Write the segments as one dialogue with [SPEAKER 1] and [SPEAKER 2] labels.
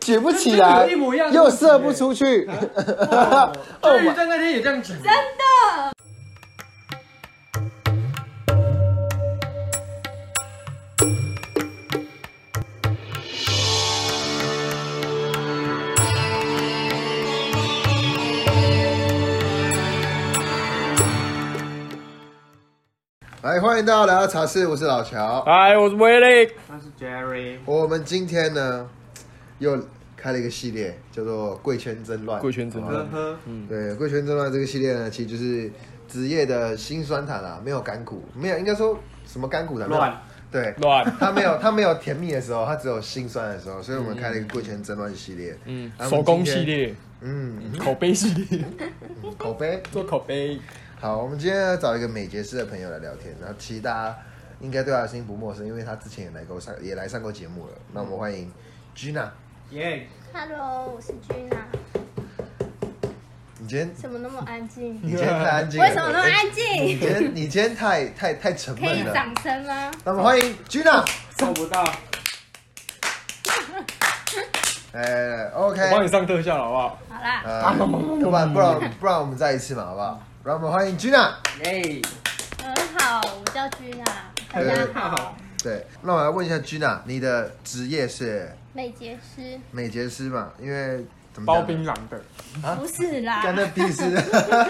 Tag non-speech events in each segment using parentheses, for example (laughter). [SPEAKER 1] 举不起来，
[SPEAKER 2] 一模一样的
[SPEAKER 1] 又
[SPEAKER 2] 东西
[SPEAKER 1] 射不出去。
[SPEAKER 2] 终于在那天也这样讲，
[SPEAKER 1] (laughs)
[SPEAKER 2] 真
[SPEAKER 1] 来，欢迎大家来到茶室，我是老乔。
[SPEAKER 3] 嗨，我是威力。
[SPEAKER 2] 他是 Jerry，
[SPEAKER 1] 我们今天呢，又开了一个系列，叫做“贵圈争乱”。
[SPEAKER 3] 贵圈争
[SPEAKER 1] 好
[SPEAKER 3] 乱嗯
[SPEAKER 1] 吧
[SPEAKER 2] 呵呵，
[SPEAKER 1] 对，贵圈争乱这个系列呢，其实就是职业的辛酸谈啦、没有甘苦，没有应该说什么甘苦谈，没有
[SPEAKER 2] 乱
[SPEAKER 1] 对，
[SPEAKER 3] 乱
[SPEAKER 1] (laughs) 他没有他没有甜蜜的时候，他只有辛酸的时候，所以我们开了一个贵圈争乱系列，
[SPEAKER 3] 嗯，
[SPEAKER 1] 然后
[SPEAKER 3] 手
[SPEAKER 1] 我们
[SPEAKER 3] 工
[SPEAKER 1] 今
[SPEAKER 3] 系
[SPEAKER 1] 天，
[SPEAKER 3] 列、
[SPEAKER 1] 嗯，
[SPEAKER 3] 口碑系列，
[SPEAKER 1] 口碑。
[SPEAKER 3] 做口碑。
[SPEAKER 1] 好，我们今天要找一个美睫师的朋友来聊天，然后其实大家应该对他的声音不陌生，因为他之前也来过上也来上过节目了。那我们欢迎 Gina，
[SPEAKER 2] 耶，
[SPEAKER 4] Hello，我是君娜。
[SPEAKER 1] 你今天
[SPEAKER 4] 怎么那么安静？
[SPEAKER 1] 你今天太安静了，
[SPEAKER 4] 为什么那么
[SPEAKER 3] 哎
[SPEAKER 4] 安
[SPEAKER 1] 你
[SPEAKER 4] 静？
[SPEAKER 1] 今天你今天太太太
[SPEAKER 4] (laughs)
[SPEAKER 1] 沉
[SPEAKER 4] 可以
[SPEAKER 1] 闷啊
[SPEAKER 3] (laughs)
[SPEAKER 1] 了。
[SPEAKER 4] 掌声吗？
[SPEAKER 1] 那么欢迎 Gina，
[SPEAKER 2] 做不到，
[SPEAKER 1] 哎
[SPEAKER 3] 我帮你
[SPEAKER 1] ，OK，
[SPEAKER 3] 上特效好不好？
[SPEAKER 4] 好啦，
[SPEAKER 1] 呃，不然不然不然我们再一次嘛，好不好？让我们欢迎 Gina。
[SPEAKER 2] 耶，
[SPEAKER 4] 很好，我叫君娜。
[SPEAKER 2] 哎
[SPEAKER 4] 大
[SPEAKER 1] 对
[SPEAKER 4] 家好，
[SPEAKER 1] 对，那我来问一下 Gina，你的职业是
[SPEAKER 4] 美睫师
[SPEAKER 1] 美睫师嘛？因为怎么讲
[SPEAKER 3] 包
[SPEAKER 1] 呢
[SPEAKER 3] 槟榔的，
[SPEAKER 1] 啊
[SPEAKER 4] 不是啦，
[SPEAKER 1] 干那屁事！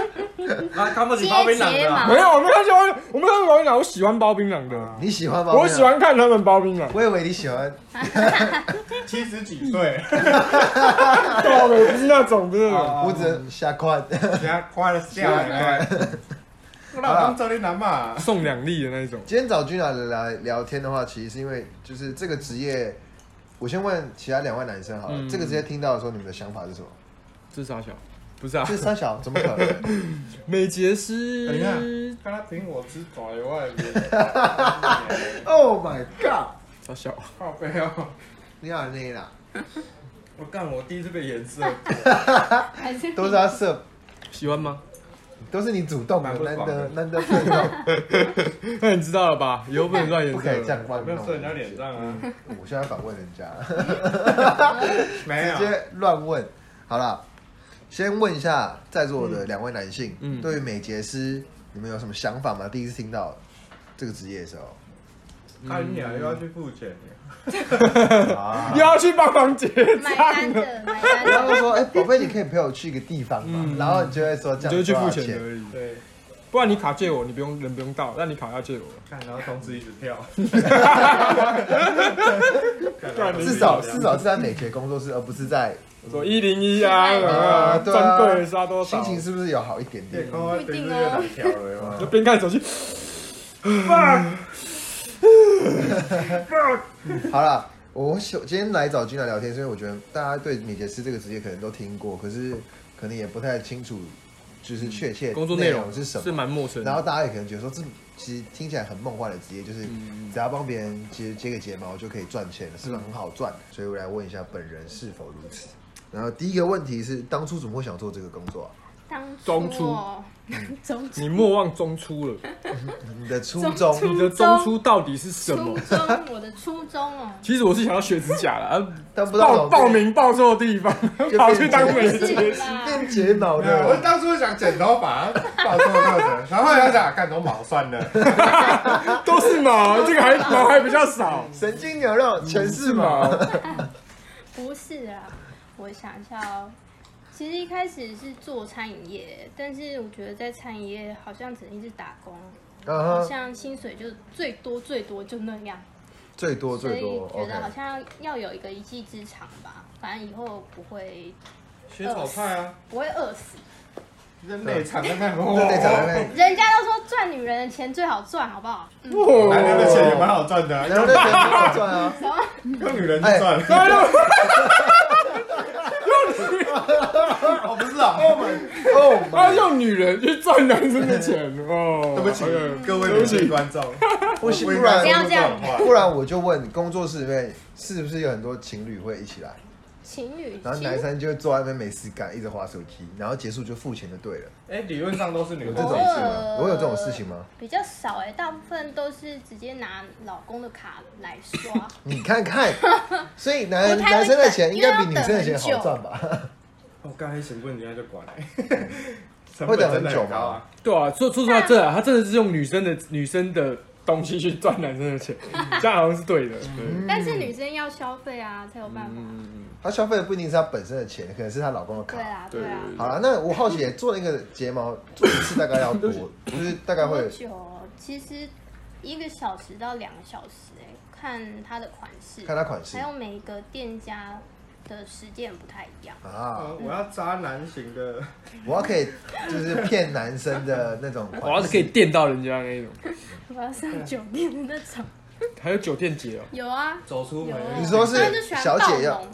[SPEAKER 1] (laughs)
[SPEAKER 2] 啊，看不起包槟榔
[SPEAKER 4] 接睫
[SPEAKER 2] 的啊，
[SPEAKER 4] 毛
[SPEAKER 3] 没有，我没有喜欢，我没有包槟榔，我喜欢包槟榔的，
[SPEAKER 1] 你喜欢吗？
[SPEAKER 3] 我喜。欢看他们包槟榔。
[SPEAKER 1] 我以为你喜欢
[SPEAKER 2] 七十几岁，
[SPEAKER 3] 对啊，我也不是那种，真的。
[SPEAKER 1] 胡子瞎宽，
[SPEAKER 2] 人家快了哎下
[SPEAKER 1] 来，
[SPEAKER 2] 我
[SPEAKER 1] 老公
[SPEAKER 2] 这里难嘛，
[SPEAKER 3] 送两粒的那种。
[SPEAKER 1] (laughs) 今天找君雅来聊天的话，其实是因为就是这个职业，我先问其他两位男生好了，
[SPEAKER 3] 嗯
[SPEAKER 1] 这个职业听到的时候，你们的想法是什么？
[SPEAKER 3] 这是啥小？不是啊
[SPEAKER 1] 这，三小怎么可能？
[SPEAKER 3] 美睫
[SPEAKER 2] 等一
[SPEAKER 3] 师
[SPEAKER 2] 下，刚刚凭我吃爪油外面，
[SPEAKER 1] Oh my god！
[SPEAKER 3] 啥小？
[SPEAKER 2] 靠背哦，
[SPEAKER 1] 你好累啦，
[SPEAKER 2] 我干，我第一次被颜色， (laughs)
[SPEAKER 4] 还是
[SPEAKER 1] 都是啊他射，
[SPEAKER 3] 喜欢吗？
[SPEAKER 1] 都是你主动的，
[SPEAKER 2] 蛮不
[SPEAKER 1] 难
[SPEAKER 2] 爽
[SPEAKER 1] 得
[SPEAKER 2] 的
[SPEAKER 1] 难得被
[SPEAKER 2] (laughs)
[SPEAKER 1] 动，
[SPEAKER 3] 那你知道了吧？以后不能乱颜
[SPEAKER 1] 不可以这
[SPEAKER 3] 色。
[SPEAKER 1] 样乱
[SPEAKER 2] 不
[SPEAKER 1] 弄
[SPEAKER 2] 要射人家脸上啊，
[SPEAKER 1] 我现在反问人家，
[SPEAKER 2] 没
[SPEAKER 1] (laughs) 直接乱问。好了，先问一下在座的两位男性，
[SPEAKER 3] 嗯
[SPEAKER 1] 对于美睫师，你们有什么想法吗？第一次听到这个职业的时候，
[SPEAKER 2] 看你啊，又要去付钱耶，
[SPEAKER 1] 啊
[SPEAKER 3] 又要去帮忙结
[SPEAKER 4] 买
[SPEAKER 3] 账
[SPEAKER 4] 单
[SPEAKER 3] 了，
[SPEAKER 1] (laughs)
[SPEAKER 4] 的，买
[SPEAKER 1] 然
[SPEAKER 4] 单
[SPEAKER 1] 后
[SPEAKER 4] 的。
[SPEAKER 1] 说：“哎、宝贝，你可以陪我去一个地方吗？”
[SPEAKER 3] 嗯
[SPEAKER 1] 然后你就会说：“
[SPEAKER 3] 你
[SPEAKER 1] 这
[SPEAKER 3] 就
[SPEAKER 1] 样
[SPEAKER 3] 是去
[SPEAKER 1] 多少
[SPEAKER 3] 付
[SPEAKER 1] 钱
[SPEAKER 3] 钱的而已。
[SPEAKER 2] 对，
[SPEAKER 3] 不然你卡借我，你不用人不用到，但你卡要借我。
[SPEAKER 2] 看，然后同时一直 (laughs) 跳，
[SPEAKER 1] 至少至少是在美睫工作室，而不是在
[SPEAKER 3] 说一零一啊，
[SPEAKER 4] 嗯
[SPEAKER 3] 啊
[SPEAKER 1] 对啊
[SPEAKER 3] 专柜杀多少？
[SPEAKER 1] 心情是不是有好一点
[SPEAKER 2] 对，
[SPEAKER 1] 点？
[SPEAKER 2] 刚刚对这个难调了有没有
[SPEAKER 3] 就边看手机，
[SPEAKER 1] 好了，我想今天来找君来聊天，所以我觉得大家对美睫师这个职业可能都听过，可是可能也不太清楚，就是确切
[SPEAKER 3] 嗯工作
[SPEAKER 1] 内
[SPEAKER 3] 内容
[SPEAKER 1] 是什
[SPEAKER 3] 是
[SPEAKER 1] 么。
[SPEAKER 3] 蛮陌生的。
[SPEAKER 1] 然后大家也可能觉得说，这其实听起来很梦幻的职业，就是只要帮别人接接个睫毛就可以赚钱了，是不是很好赚？所以我来问一下本人是否如此。然后第一个问题是，当初怎么会想做这个工作啊、
[SPEAKER 4] 当初哦，中初，
[SPEAKER 3] 你莫忘中初了，
[SPEAKER 1] 你的初
[SPEAKER 4] 中
[SPEAKER 1] 衷
[SPEAKER 4] 初
[SPEAKER 3] 你的中初到底是什
[SPEAKER 4] 初
[SPEAKER 3] 么？
[SPEAKER 4] 中，我的初中哦，
[SPEAKER 3] 其实我是想要学指甲的，啊
[SPEAKER 1] 但不知道怎
[SPEAKER 3] 报
[SPEAKER 1] 么
[SPEAKER 3] 报名报错地方，
[SPEAKER 1] 就
[SPEAKER 3] 跑去当美
[SPEAKER 4] 是
[SPEAKER 3] 睫。
[SPEAKER 4] 啦，
[SPEAKER 1] 变睫毛
[SPEAKER 2] 对，我
[SPEAKER 1] 的，
[SPEAKER 2] 当初想剪头发，报错课程，然后想想干头毛算了，
[SPEAKER 3] 都是毛，这个
[SPEAKER 1] (laughs)
[SPEAKER 3] 还毛还比较少，
[SPEAKER 1] 神经牛肉全是毛。
[SPEAKER 3] 毛。
[SPEAKER 4] 不是啊，我想一下哦。其实一开始是做餐饮业，但是我觉得在餐饮业好像只能一直打工，好
[SPEAKER 1] 啊哈，
[SPEAKER 4] 像薪水就最多最多就那样，
[SPEAKER 1] 最多
[SPEAKER 4] 所
[SPEAKER 1] 最
[SPEAKER 4] 以
[SPEAKER 1] 多
[SPEAKER 4] 觉
[SPEAKER 1] ，OK
[SPEAKER 4] 得。好像要有一个一技之长吧。反正以后不会
[SPEAKER 2] 学炒菜啊，
[SPEAKER 4] 不会饿死，
[SPEAKER 2] 人类产的那个，
[SPEAKER 1] 那得找那
[SPEAKER 4] 人家都说赚女人的钱最好赚，好不好？嗯，
[SPEAKER 2] 哦男人的
[SPEAKER 3] 哇，
[SPEAKER 2] 钱也蛮好赚的啊，
[SPEAKER 1] 然后那钱很好赚啊，
[SPEAKER 4] 什么？
[SPEAKER 2] 用女人
[SPEAKER 1] 哎
[SPEAKER 2] 去赚。 (laughs) 哦，不是啊，
[SPEAKER 1] 哦，
[SPEAKER 3] 他啊用女人去赚男生的钱
[SPEAKER 2] (laughs)
[SPEAKER 3] 哦。
[SPEAKER 2] 对不起
[SPEAKER 3] OK
[SPEAKER 2] 各位
[SPEAKER 3] 对不
[SPEAKER 2] 女性
[SPEAKER 3] 起，
[SPEAKER 2] 观众，
[SPEAKER 1] 不行，
[SPEAKER 2] 我
[SPEAKER 1] 哎不
[SPEAKER 2] 应该
[SPEAKER 1] 然
[SPEAKER 4] 不要这样
[SPEAKER 2] 说种话
[SPEAKER 1] 不然我就问，工作室里面是不是有很多情侣会一起来？
[SPEAKER 5] 情侣，
[SPEAKER 1] 然后
[SPEAKER 5] 情
[SPEAKER 1] 男
[SPEAKER 5] 侣
[SPEAKER 1] 生就坐在那边没事干，一直划手机，然后结束就付钱就对了。
[SPEAKER 2] 哎，理论上都是女
[SPEAKER 1] 有
[SPEAKER 2] 生
[SPEAKER 1] 这种
[SPEAKER 5] 偶
[SPEAKER 1] 事
[SPEAKER 5] 尔
[SPEAKER 1] 吗？我有这种事情吗？
[SPEAKER 5] 比较少哎、大部分都是直接拿老公的卡来刷。
[SPEAKER 1] 你看
[SPEAKER 5] (laughs)
[SPEAKER 1] 看，所以
[SPEAKER 5] 我
[SPEAKER 1] 男
[SPEAKER 5] 太
[SPEAKER 1] 男
[SPEAKER 5] 会
[SPEAKER 1] 生的钱应该比女
[SPEAKER 5] 等因为要
[SPEAKER 1] 生的钱
[SPEAKER 5] 等很久
[SPEAKER 1] 好赚 (laughs) 吧？
[SPEAKER 2] 哦，刚才行不人家就
[SPEAKER 1] (laughs)
[SPEAKER 2] 管了，成
[SPEAKER 1] 会
[SPEAKER 2] 本
[SPEAKER 1] 等
[SPEAKER 2] 真的
[SPEAKER 1] 很久
[SPEAKER 2] 很高啊。
[SPEAKER 3] 对啊，说说实话，这啊他真的是用女生的女生的东西去赚男生的 (laughs) 钱，这样好像是对的。
[SPEAKER 1] 嗯
[SPEAKER 3] 对
[SPEAKER 5] 但是女生要消费啊，才有办法。
[SPEAKER 1] 她消费的不一定是她本身的钱，可能是她老公的
[SPEAKER 5] 对
[SPEAKER 1] 卡。
[SPEAKER 5] 啊，
[SPEAKER 3] 对
[SPEAKER 5] 对啊。
[SPEAKER 1] 好了，那我好奇耶，做那个睫毛做一次大概要
[SPEAKER 5] (laughs)
[SPEAKER 1] 多，就是大概
[SPEAKER 5] 多
[SPEAKER 1] 会
[SPEAKER 5] 久？其实一个小时到两个小时哎、看它的款式，
[SPEAKER 1] 看她款式
[SPEAKER 5] 还有每一个店家的时间不太一样。
[SPEAKER 1] 啊，
[SPEAKER 2] 啊我要渣男型的，
[SPEAKER 1] 我要可以就是骗男生的那种
[SPEAKER 5] 哦
[SPEAKER 3] 我要
[SPEAKER 1] 款
[SPEAKER 3] 是
[SPEAKER 1] 式，
[SPEAKER 3] 可以电到人家那一种，
[SPEAKER 5] 我要上酒店的那种。
[SPEAKER 3] 还有酒店节哦，
[SPEAKER 5] (laughs) 有啊，
[SPEAKER 2] 走出
[SPEAKER 5] 有啊。
[SPEAKER 1] 你说是
[SPEAKER 5] 他们就喜欢
[SPEAKER 1] 小姐要
[SPEAKER 5] 爆红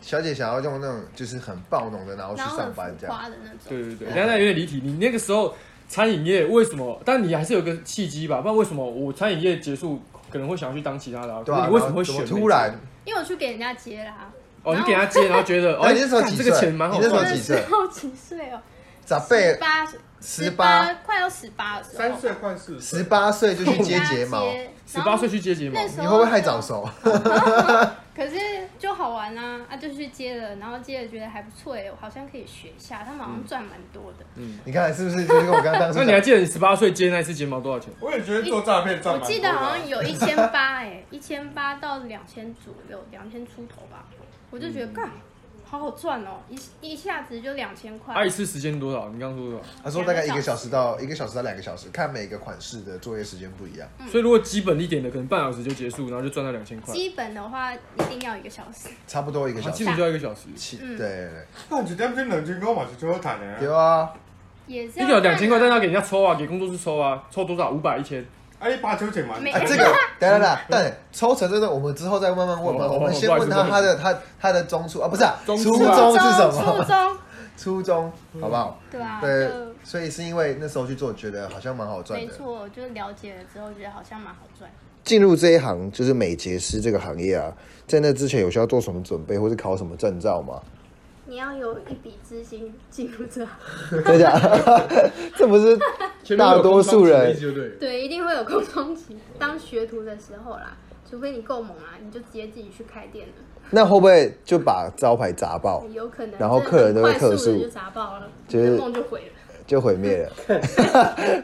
[SPEAKER 1] 小姐想要用那种就是很暴浓的，然后去
[SPEAKER 5] 然后
[SPEAKER 1] 上
[SPEAKER 5] 很
[SPEAKER 1] 班
[SPEAKER 5] 浮
[SPEAKER 1] 这样。
[SPEAKER 5] 夸的那种。
[SPEAKER 3] 对对对，但那有点离题。你那个时候餐饮业为什么？但你还是有个契机吧，不然为什么我餐饮业结束可能会想要去当其他的、啊？
[SPEAKER 1] 对啊，
[SPEAKER 3] 你为什
[SPEAKER 1] 然
[SPEAKER 3] 么
[SPEAKER 1] 后
[SPEAKER 3] 会
[SPEAKER 1] 怎
[SPEAKER 3] 选美食？
[SPEAKER 1] 突然？
[SPEAKER 5] 因为我去给人家接啦。
[SPEAKER 3] 哦，你给他接，然后觉得哦，
[SPEAKER 1] (laughs) 那你那时候
[SPEAKER 3] 干
[SPEAKER 1] 几
[SPEAKER 3] 这个
[SPEAKER 1] 岁
[SPEAKER 3] 钱蛮好
[SPEAKER 1] 你那时候
[SPEAKER 3] 赚
[SPEAKER 1] 几
[SPEAKER 3] 的。
[SPEAKER 1] 岁
[SPEAKER 5] 那时候几岁哦？
[SPEAKER 1] 咋被
[SPEAKER 5] 八
[SPEAKER 1] 十
[SPEAKER 5] 八
[SPEAKER 1] 八
[SPEAKER 5] 快要十八的时候，
[SPEAKER 2] 三岁换四岁，
[SPEAKER 1] 十八岁就去接
[SPEAKER 5] 人家
[SPEAKER 1] 睫毛，
[SPEAKER 5] 接
[SPEAKER 3] 十八岁。去接睫毛
[SPEAKER 5] 那，时
[SPEAKER 1] 你
[SPEAKER 5] 候
[SPEAKER 1] 会不会太早熟？
[SPEAKER 5] 可是就好玩啊，啊就去接了，然后接了觉得还不错哎，我好像可以学一下，他们好像赚蛮多的。
[SPEAKER 1] 你看是不是就是跟我刚刚当初
[SPEAKER 3] 那
[SPEAKER 1] 讲
[SPEAKER 3] 你还记得你十八岁接那次睫毛多少钱？
[SPEAKER 2] 我也觉得做诈骗赚蛮多
[SPEAKER 5] 我
[SPEAKER 2] 的啊。
[SPEAKER 5] 记得好像有一千八哎，一千八到两千左右，两千出头吧。我就觉得干、好好赚哦，一一下子就两千块
[SPEAKER 3] 啊他。一次时间多少？你刚刚说多少？
[SPEAKER 1] 他说大概一个小时到一个小时到两个小时，看每个款式的作业时间不一样。
[SPEAKER 3] 所以如果基本一点的，可能半小时就结束，然后就赚到两千块，
[SPEAKER 5] 嗯基本的话一定要一个小时，
[SPEAKER 1] 差不多一个
[SPEAKER 3] 啊
[SPEAKER 1] 小
[SPEAKER 3] 基
[SPEAKER 1] 时。
[SPEAKER 3] 本就要一个小时。
[SPEAKER 1] 起对
[SPEAKER 5] 嗯
[SPEAKER 1] 对对
[SPEAKER 2] 但一点钟两千块嘛是最好赚的
[SPEAKER 1] 对
[SPEAKER 2] 啊。
[SPEAKER 1] 啊！
[SPEAKER 5] 也是
[SPEAKER 3] 一
[SPEAKER 5] 要
[SPEAKER 3] 个两千块，
[SPEAKER 5] 看
[SPEAKER 3] 但
[SPEAKER 5] 啊
[SPEAKER 3] 他给人家抽啊，给工作室抽啊，抽多少？五百、一千。
[SPEAKER 2] 啊，你八九千嘛，
[SPEAKER 5] 没
[SPEAKER 1] 啊，这个等等等，但抽成这个我们之后再慢慢问吧。
[SPEAKER 3] 哦
[SPEAKER 1] 我们先
[SPEAKER 3] 不好意思
[SPEAKER 1] 问他
[SPEAKER 3] 不
[SPEAKER 1] 他
[SPEAKER 3] 好意
[SPEAKER 1] 的他他的中初啊，不是啊
[SPEAKER 3] 中
[SPEAKER 1] 初
[SPEAKER 3] 初
[SPEAKER 1] 中
[SPEAKER 5] 初
[SPEAKER 1] 是什
[SPEAKER 5] 初
[SPEAKER 1] 么？
[SPEAKER 5] 中，
[SPEAKER 1] 初中好不好？
[SPEAKER 5] 对啊，
[SPEAKER 1] 对
[SPEAKER 5] 就，
[SPEAKER 1] 所以是因为那时候去做，觉得好像蛮好赚
[SPEAKER 5] 没
[SPEAKER 1] 的。
[SPEAKER 5] 错，就了解了之后觉得好像蛮好赚。
[SPEAKER 1] 进入这一行就是美睫师这个行业啊，在那之前有需要做什么准备，或是考什么证照吗？
[SPEAKER 5] 你要有一笔资金进入这，
[SPEAKER 1] 真的假，啊这不是大多数人
[SPEAKER 5] (laughs) 对，一定会有空窗期。当学徒的时候啦，除非你够猛啊，你就直接自己去开店了，
[SPEAKER 1] 那会不会就把招牌砸爆，
[SPEAKER 5] 有可能。
[SPEAKER 1] 然后客人都会客诉
[SPEAKER 5] 就砸爆了，
[SPEAKER 1] 就
[SPEAKER 5] 就是是梦就毁了。
[SPEAKER 1] 就毁灭了？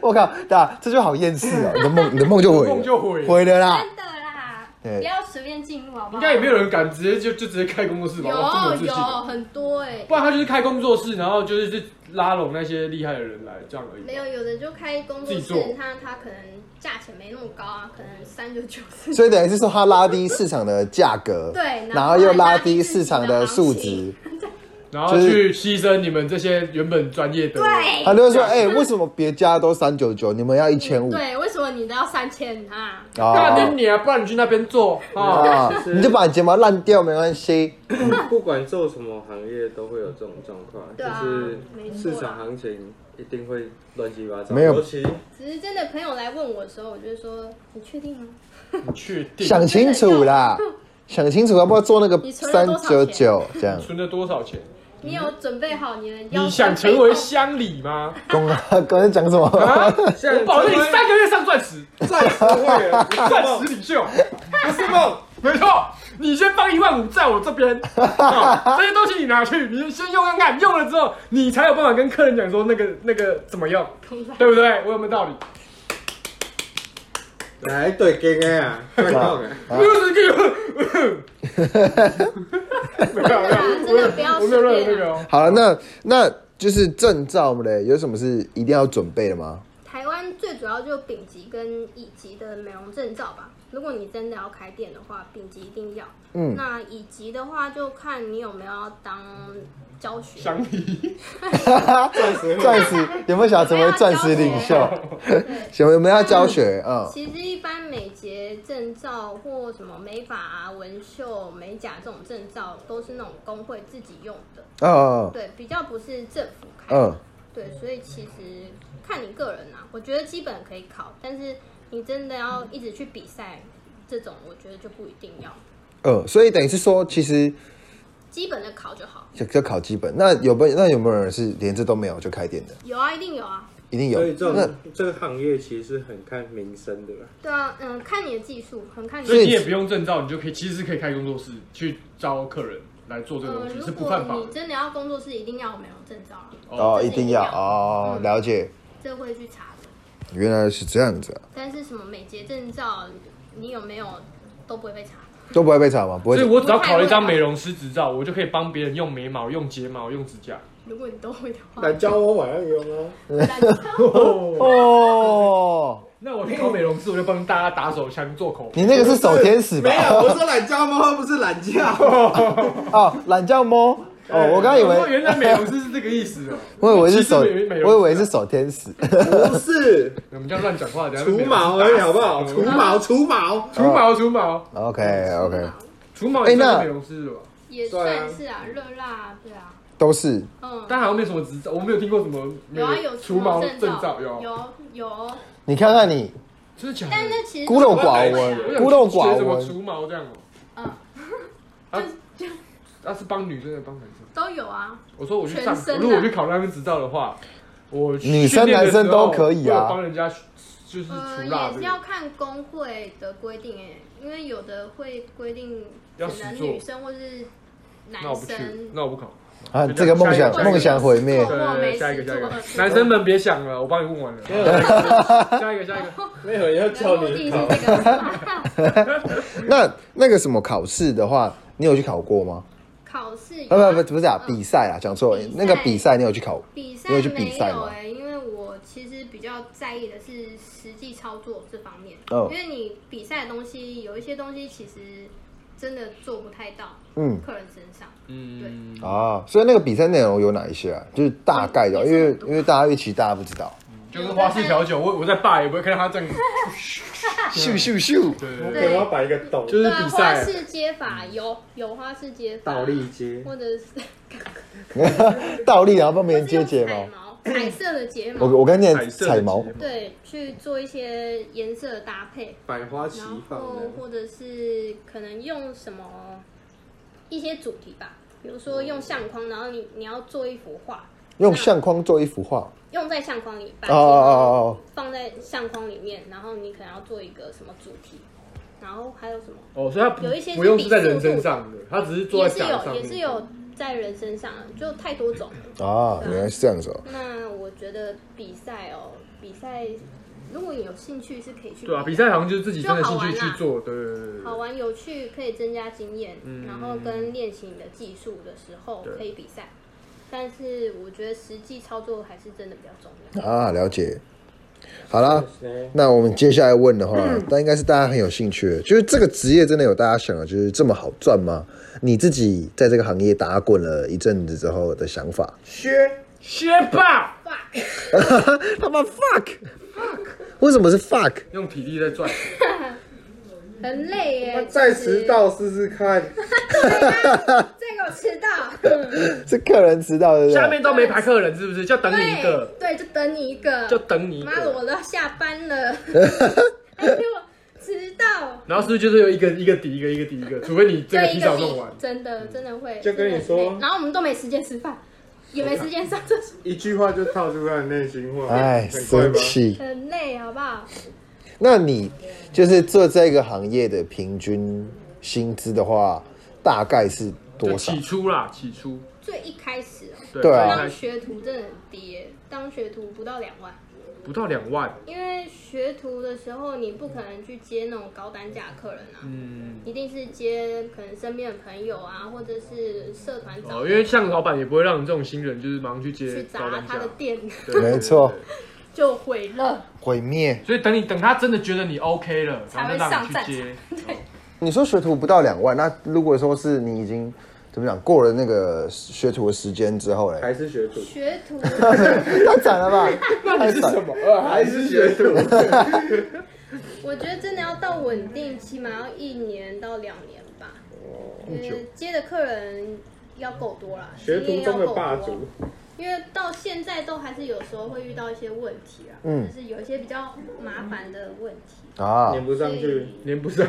[SPEAKER 1] 我靠，大这就好厌世哦！你的梦，你的梦就毁了，
[SPEAKER 3] 梦就毁了
[SPEAKER 1] 毁了啦！
[SPEAKER 5] 真的啦，
[SPEAKER 1] 对
[SPEAKER 5] 不要随便进入好不
[SPEAKER 3] 应
[SPEAKER 5] 好？
[SPEAKER 3] 该也没有人敢直接就就直接开工作室吧？哇这么
[SPEAKER 5] 有
[SPEAKER 3] 自信
[SPEAKER 5] 有
[SPEAKER 3] 哦
[SPEAKER 5] 很多哎、
[SPEAKER 3] 不然他就是开工作室，然后就是去拉拢那些厉害的人来这样而已。
[SPEAKER 5] 没有，有的就开工作
[SPEAKER 3] 自己做
[SPEAKER 5] 室，他他可能价钱没那么高啊，可能三九九四。
[SPEAKER 1] 所以等于是说，他拉低市场的价格，
[SPEAKER 5] 对
[SPEAKER 1] 然
[SPEAKER 5] 然
[SPEAKER 1] 后
[SPEAKER 5] 后
[SPEAKER 1] 又
[SPEAKER 5] 又
[SPEAKER 1] 拉
[SPEAKER 5] 拉
[SPEAKER 1] 低
[SPEAKER 5] 低
[SPEAKER 1] 市
[SPEAKER 5] 市
[SPEAKER 1] 场
[SPEAKER 5] 场
[SPEAKER 1] 的
[SPEAKER 5] 的
[SPEAKER 1] 数
[SPEAKER 5] 数
[SPEAKER 1] 值
[SPEAKER 5] 值，
[SPEAKER 3] 然后去牺牲你们这些原本专业的。
[SPEAKER 5] 对
[SPEAKER 1] 他就会说：“哎、为什么别家都三九九，你们要一千五
[SPEAKER 5] 对，为什么你都要三千啊？
[SPEAKER 1] 啊
[SPEAKER 3] 干你啊！不然你去那边做啊！
[SPEAKER 1] 啊？你就把睫毛烂掉没关系。”
[SPEAKER 6] 不管做什么行业都会有这种状况，
[SPEAKER 5] 对啊
[SPEAKER 6] 就是市场行情一定会乱七八糟。
[SPEAKER 1] 没有
[SPEAKER 6] 尤其
[SPEAKER 5] 只是真的朋友来问我的时候，我就说你确定吗？
[SPEAKER 3] 你确定？
[SPEAKER 1] 想清楚啦，想清楚要不要做那个
[SPEAKER 5] 嗯你存
[SPEAKER 1] 三
[SPEAKER 5] 了多
[SPEAKER 1] 九
[SPEAKER 5] 少
[SPEAKER 1] 九
[SPEAKER 5] 钱
[SPEAKER 1] 这样
[SPEAKER 3] 存了多少钱？
[SPEAKER 5] 你有准备好你的腰？
[SPEAKER 3] 你想成为乡里吗？
[SPEAKER 1] 公刚才讲什么？
[SPEAKER 3] (laughs) 啊！
[SPEAKER 6] 像
[SPEAKER 3] 我保证你三个月上钻石，
[SPEAKER 2] 钻石会
[SPEAKER 3] (laughs)
[SPEAKER 2] 员，不是
[SPEAKER 3] 钻
[SPEAKER 2] 梦
[SPEAKER 3] 石领袖。
[SPEAKER 2] 不是梦，
[SPEAKER 3] (laughs) 没错，你先放一万五在我这
[SPEAKER 2] (laughs)
[SPEAKER 3] 边、哦，这些东西你拿去，你先用看看，用了之后你才有办法跟客人讲说那个那个怎么用，对不对？我有没有道理？
[SPEAKER 2] 哎
[SPEAKER 6] 来对跟
[SPEAKER 2] (laughs)
[SPEAKER 6] 的啊，对杠的。
[SPEAKER 3] 没有这个，没有没
[SPEAKER 5] 对啊
[SPEAKER 3] 有，
[SPEAKER 5] 真的不要
[SPEAKER 3] 我没有任何那
[SPEAKER 5] 随便
[SPEAKER 3] 个
[SPEAKER 5] 啊。
[SPEAKER 3] 哦。
[SPEAKER 1] 好了，那那就是证照嘞，有什么是一定要准备的吗？
[SPEAKER 5] 台湾最主要就丙级跟乙级的美容证照吧。如果你真的要开店的话，丙级一定要。
[SPEAKER 1] 嗯
[SPEAKER 5] 那乙级的话，就看你有没有要当教学。
[SPEAKER 1] 啊
[SPEAKER 3] 乡里，
[SPEAKER 2] 钻石会
[SPEAKER 1] 钻
[SPEAKER 2] 员。
[SPEAKER 1] 石有没有想成为钻石领袖？
[SPEAKER 5] 啊对，
[SPEAKER 1] 想有没有要教学啊？
[SPEAKER 5] 其实一般美睫证照或什么美发啊、纹绣、美甲这种证照，都是那种工会自己用的，
[SPEAKER 1] 嗯
[SPEAKER 5] 对，比较不是政府开的。
[SPEAKER 1] 嗯
[SPEAKER 5] 对，所以其实看你个人呐、啊我觉得基本可以考，但是你真的要一直去比赛，这种我觉得就不一定要。
[SPEAKER 1] 嗯，所以等于是说，其实
[SPEAKER 5] 基本的考就好。
[SPEAKER 1] 就就考基本。那有没有那有没有人是连这都没有就开店的？
[SPEAKER 5] 有啊，一定有啊。
[SPEAKER 1] 一定有
[SPEAKER 6] 所以。这
[SPEAKER 1] 那
[SPEAKER 6] 种这个行业其实很看民生的吧。
[SPEAKER 5] 对啊，嗯，看你的技术，很看你
[SPEAKER 3] 所以
[SPEAKER 5] 的。
[SPEAKER 3] 你也不用证照，你就可以其实是可以开工作室去招客人来做这个
[SPEAKER 5] 呃，
[SPEAKER 3] 东西，是
[SPEAKER 5] 如
[SPEAKER 3] 不
[SPEAKER 5] 果
[SPEAKER 3] 犯法的
[SPEAKER 5] 你。真的要工作室，一定要我们有证照啊，
[SPEAKER 1] 哦，
[SPEAKER 5] 这是
[SPEAKER 1] 一
[SPEAKER 5] 一
[SPEAKER 1] 定
[SPEAKER 5] 定
[SPEAKER 1] 要
[SPEAKER 5] 要
[SPEAKER 1] 哦，了解。
[SPEAKER 5] 这会去查的。
[SPEAKER 1] 原来是这样子啊，
[SPEAKER 5] 但是什么美睫证照，你有没有都不会被查。
[SPEAKER 1] 都不会被查吗？不
[SPEAKER 3] 所以
[SPEAKER 1] 会。
[SPEAKER 3] 我只要考了一张美容师执照，我就可以帮别人用眉毛、用睫毛、用指甲。
[SPEAKER 5] 如果你都会的话，
[SPEAKER 2] 来教我晚上用 (laughs) 啊！
[SPEAKER 1] 哦，
[SPEAKER 3] 那我去考美容师，我就帮大家打手枪、做口红。
[SPEAKER 1] 你那个是手天使吧？
[SPEAKER 2] 没有，我说懒觉猫不是懒觉。
[SPEAKER 1] 哦，懒觉猫。哦，我刚以
[SPEAKER 3] 哦
[SPEAKER 1] 为
[SPEAKER 3] 原来美容师是这个意思哦。
[SPEAKER 1] 我以为是手，
[SPEAKER 3] 其实美美容师啊
[SPEAKER 1] 我以为是手天使。
[SPEAKER 2] (laughs) 不是
[SPEAKER 3] 我们这样乱讲话，等下被
[SPEAKER 2] 除
[SPEAKER 3] 美容师
[SPEAKER 2] 毛而已，好不 (laughs) 好？除毛，除 (laughs) 毛。
[SPEAKER 3] 除毛除毛
[SPEAKER 1] OK OK，
[SPEAKER 3] 除毛，
[SPEAKER 1] 哎
[SPEAKER 3] 也算
[SPEAKER 1] 那
[SPEAKER 3] 是美容师了吧？
[SPEAKER 5] 也算是啊，热辣，对啊，
[SPEAKER 1] 都是
[SPEAKER 5] 嗯，
[SPEAKER 3] 但好像没什么执照，我没有听过什么美
[SPEAKER 5] 有啊，有
[SPEAKER 3] 容除毛
[SPEAKER 5] 证
[SPEAKER 3] 证照，有啊，
[SPEAKER 5] 有有，
[SPEAKER 1] 你看看你
[SPEAKER 3] 真的假
[SPEAKER 5] 但
[SPEAKER 3] 的？
[SPEAKER 5] 那其实
[SPEAKER 1] 孤陋寡
[SPEAKER 3] 我
[SPEAKER 1] 闻，
[SPEAKER 3] 想
[SPEAKER 1] 孤陋
[SPEAKER 3] 学
[SPEAKER 1] 寡
[SPEAKER 3] 怎么
[SPEAKER 1] 闻。
[SPEAKER 3] 除毛这样哦。
[SPEAKER 5] 嗯， (laughs)
[SPEAKER 3] 啊，那是帮女生的，帮男生。
[SPEAKER 5] 都有啊，
[SPEAKER 3] 我说我去上
[SPEAKER 5] 全，身啊
[SPEAKER 3] 如果我去考那份执照的话，我
[SPEAKER 1] 女生男生都可以啊
[SPEAKER 3] 我有帮人家就是除
[SPEAKER 5] 呃，
[SPEAKER 3] 蜡
[SPEAKER 5] 也
[SPEAKER 3] 这
[SPEAKER 5] 是
[SPEAKER 3] 个
[SPEAKER 5] 要看工会的规定诶，因为有的会规定
[SPEAKER 3] 要
[SPEAKER 5] 只
[SPEAKER 3] 实
[SPEAKER 5] 能
[SPEAKER 3] 做
[SPEAKER 5] 女生或是男
[SPEAKER 3] 那我不去，
[SPEAKER 5] 生，
[SPEAKER 3] 那我不考。
[SPEAKER 1] 啊，这个梦想
[SPEAKER 3] 下一个
[SPEAKER 1] 梦想毁灭
[SPEAKER 5] 对。我没
[SPEAKER 3] 对，
[SPEAKER 5] 事
[SPEAKER 3] 下一个下一个
[SPEAKER 5] 做，事
[SPEAKER 3] 男生们别想了，我帮你问完了。
[SPEAKER 6] 没有，
[SPEAKER 3] (laughs) 下一个
[SPEAKER 5] (laughs)
[SPEAKER 3] 下一个，
[SPEAKER 6] 没有要
[SPEAKER 5] 的
[SPEAKER 6] 叫
[SPEAKER 5] 目的
[SPEAKER 6] 你
[SPEAKER 5] 是
[SPEAKER 6] 考。
[SPEAKER 5] 这个
[SPEAKER 1] 那那个什么考试的话，你有去考过吗？
[SPEAKER 5] (laughs) 考试有
[SPEAKER 1] 啊，
[SPEAKER 5] 啊，
[SPEAKER 1] 不不不是啊，比赛啊，讲错了
[SPEAKER 5] 比。赛
[SPEAKER 1] 那个比赛你有去考？
[SPEAKER 5] 比赛
[SPEAKER 1] 你有
[SPEAKER 5] 没
[SPEAKER 1] 去比赛
[SPEAKER 5] 有
[SPEAKER 1] 吗
[SPEAKER 5] 哎、因为我其实比较在意的是实际操作这方面，
[SPEAKER 1] 哦
[SPEAKER 5] 因为你比赛的东西有一些东西其实真的做不太到
[SPEAKER 1] 嗯
[SPEAKER 5] 客人身上，
[SPEAKER 3] 嗯，
[SPEAKER 1] 啊，所以那个比赛内容有哪一些啊？就是大概的，因为因为大家预期大家不知道。
[SPEAKER 3] 就跟花式调酒，我我在爸也不会看到他这样，
[SPEAKER 1] 咻咻咻！
[SPEAKER 3] 对对
[SPEAKER 6] 我
[SPEAKER 3] 对，
[SPEAKER 6] 给我摆一个洞，
[SPEAKER 3] 就
[SPEAKER 5] 对
[SPEAKER 3] 是
[SPEAKER 5] 啊，
[SPEAKER 3] 比
[SPEAKER 5] 花
[SPEAKER 3] 赛。
[SPEAKER 5] 式接法有有花式接法，
[SPEAKER 6] 倒立接，
[SPEAKER 5] 或者是
[SPEAKER 1] 倒立然后帮别
[SPEAKER 5] 或
[SPEAKER 1] 人
[SPEAKER 5] 是
[SPEAKER 1] 接
[SPEAKER 5] 用
[SPEAKER 1] 睫
[SPEAKER 5] 彩
[SPEAKER 1] 毛。
[SPEAKER 5] 毛，彩色的睫
[SPEAKER 1] 我
[SPEAKER 5] 毛，
[SPEAKER 1] 我刚念
[SPEAKER 3] 彩色的
[SPEAKER 1] 彩毛
[SPEAKER 3] 睫，毛
[SPEAKER 5] 对，去做一些颜色的搭配，
[SPEAKER 6] 百花齐
[SPEAKER 5] 然
[SPEAKER 6] 放
[SPEAKER 5] 后
[SPEAKER 6] 的。
[SPEAKER 5] 或者是可能用什么一些主题吧，比如说用相框，然后你你要做一幅画，
[SPEAKER 1] 用相框做一幅画。
[SPEAKER 5] 用在相框里，把
[SPEAKER 1] 哦哦
[SPEAKER 5] 睫毛
[SPEAKER 1] 哦
[SPEAKER 5] 放在相框里面，然后你可能要做一个什么主题，然后还有什么
[SPEAKER 3] 哦，所以他不
[SPEAKER 5] 有一些是
[SPEAKER 3] 不用是在人身上的，他只是坐
[SPEAKER 5] 也
[SPEAKER 3] 在
[SPEAKER 5] 是
[SPEAKER 3] 假上
[SPEAKER 5] 有
[SPEAKER 3] 面。
[SPEAKER 5] 也是有在人身上，就太多种了。
[SPEAKER 1] 哦，啊，原来是这样子哦。
[SPEAKER 5] 那我觉得比赛哦，比赛如果你有兴趣是可以去
[SPEAKER 3] 对啊，比赛好像就是自己真的兴趣
[SPEAKER 5] 就好
[SPEAKER 3] 去
[SPEAKER 5] 玩啦啊
[SPEAKER 3] 做，对对对对
[SPEAKER 5] 好
[SPEAKER 3] 对。
[SPEAKER 5] 玩有趣，可以增加经验，然后跟练习你的技术的时候
[SPEAKER 3] 嗯对
[SPEAKER 5] 可以比赛。但是我觉得实际操作还是真的比较重要。
[SPEAKER 1] 啊，了解。好啦，
[SPEAKER 3] 嗯
[SPEAKER 1] 那我们接下来问的话，那应该是大家很有兴趣的，就是这个职业真的有大家想的，就是这么好赚吗？你自己在这个行业打滚了一阵子之后的想法？
[SPEAKER 2] 薛，
[SPEAKER 3] 学霸
[SPEAKER 1] 他妈 fuck，为什么是 fuck？
[SPEAKER 3] 用体力在赚，
[SPEAKER 2] 嗯
[SPEAKER 5] 很累耶，
[SPEAKER 2] 再迟到试试看。
[SPEAKER 5] 再给我迟到，
[SPEAKER 1] 是客人知道对不
[SPEAKER 3] 下
[SPEAKER 1] 对？
[SPEAKER 3] 面都没排客人，是不是？就 (laughs) 等你一个，
[SPEAKER 5] 对，就等你一个，
[SPEAKER 3] 就等你一
[SPEAKER 5] 妈的，
[SPEAKER 3] 个。
[SPEAKER 5] 我都要下班
[SPEAKER 3] (laughs)
[SPEAKER 5] 了，还给我迟到，
[SPEAKER 3] 然后是不是就是有一个一个抵一个一个抵一个，除非你这个
[SPEAKER 5] 就
[SPEAKER 3] 提
[SPEAKER 5] 一
[SPEAKER 3] 早
[SPEAKER 5] 个
[SPEAKER 3] 弄完嗯
[SPEAKER 5] 比，真的真的会，
[SPEAKER 2] 就跟你说
[SPEAKER 5] 真的很累然后我们都没时间吃饭，也没时间上厕所，
[SPEAKER 2] 一句话就套出他的内心话，
[SPEAKER 1] 哎，
[SPEAKER 2] 很快
[SPEAKER 1] 生
[SPEAKER 2] 吧？
[SPEAKER 1] 气。
[SPEAKER 5] 很累，好不好？
[SPEAKER 1] 那你就是做这个行业的平均薪资的话，大概是
[SPEAKER 3] 就
[SPEAKER 1] 多少
[SPEAKER 3] 起？初啦，起初。
[SPEAKER 5] 最一开始哦，
[SPEAKER 3] 对
[SPEAKER 1] 对啊
[SPEAKER 5] 当学徒真的很低耶，当学徒不到两万，
[SPEAKER 3] 不到两万，
[SPEAKER 5] 因为学徒的时候你不可能去接那种高单价客人啊，
[SPEAKER 3] 嗯，
[SPEAKER 5] 一定是接可能身边的朋友啊，或者是社团找
[SPEAKER 3] 哦，因为像老板也不会让你这种新人就是马上去接
[SPEAKER 5] 去
[SPEAKER 3] 高
[SPEAKER 5] 砸
[SPEAKER 3] 单
[SPEAKER 5] 他
[SPEAKER 3] 价
[SPEAKER 5] 的，店
[SPEAKER 3] 对对对
[SPEAKER 1] 没错
[SPEAKER 3] 对
[SPEAKER 5] 就毁了。
[SPEAKER 1] 毁灭？
[SPEAKER 3] 所以等你等他真的觉得你 OK 了，然
[SPEAKER 5] 才
[SPEAKER 3] 后
[SPEAKER 5] 会
[SPEAKER 3] 再让你
[SPEAKER 5] 上
[SPEAKER 3] 去接。
[SPEAKER 1] 你说学徒不到两万，那如果说是你已经怎么讲过了那个学徒的时间之后嘞，
[SPEAKER 6] 还是学徒，
[SPEAKER 5] 学徒
[SPEAKER 1] 太惨了吧？太惨了！
[SPEAKER 6] 还是学徒。
[SPEAKER 5] 我觉得真的要到稳定，起码要一年到两年吧。
[SPEAKER 3] 哦
[SPEAKER 5] 就是接的客人要够多啦，
[SPEAKER 6] 学
[SPEAKER 5] 经验
[SPEAKER 6] 徒
[SPEAKER 5] 要
[SPEAKER 6] 中的
[SPEAKER 5] 够
[SPEAKER 6] 霸
[SPEAKER 5] 多
[SPEAKER 6] 主，
[SPEAKER 5] 因为到现在都还是有时候会遇到一些问题啊，
[SPEAKER 1] 嗯
[SPEAKER 5] 就是有一些比较麻烦的问题，
[SPEAKER 1] 啊
[SPEAKER 6] 粘不上
[SPEAKER 5] 所
[SPEAKER 6] 去
[SPEAKER 5] 以，
[SPEAKER 3] (laughs) 连不上，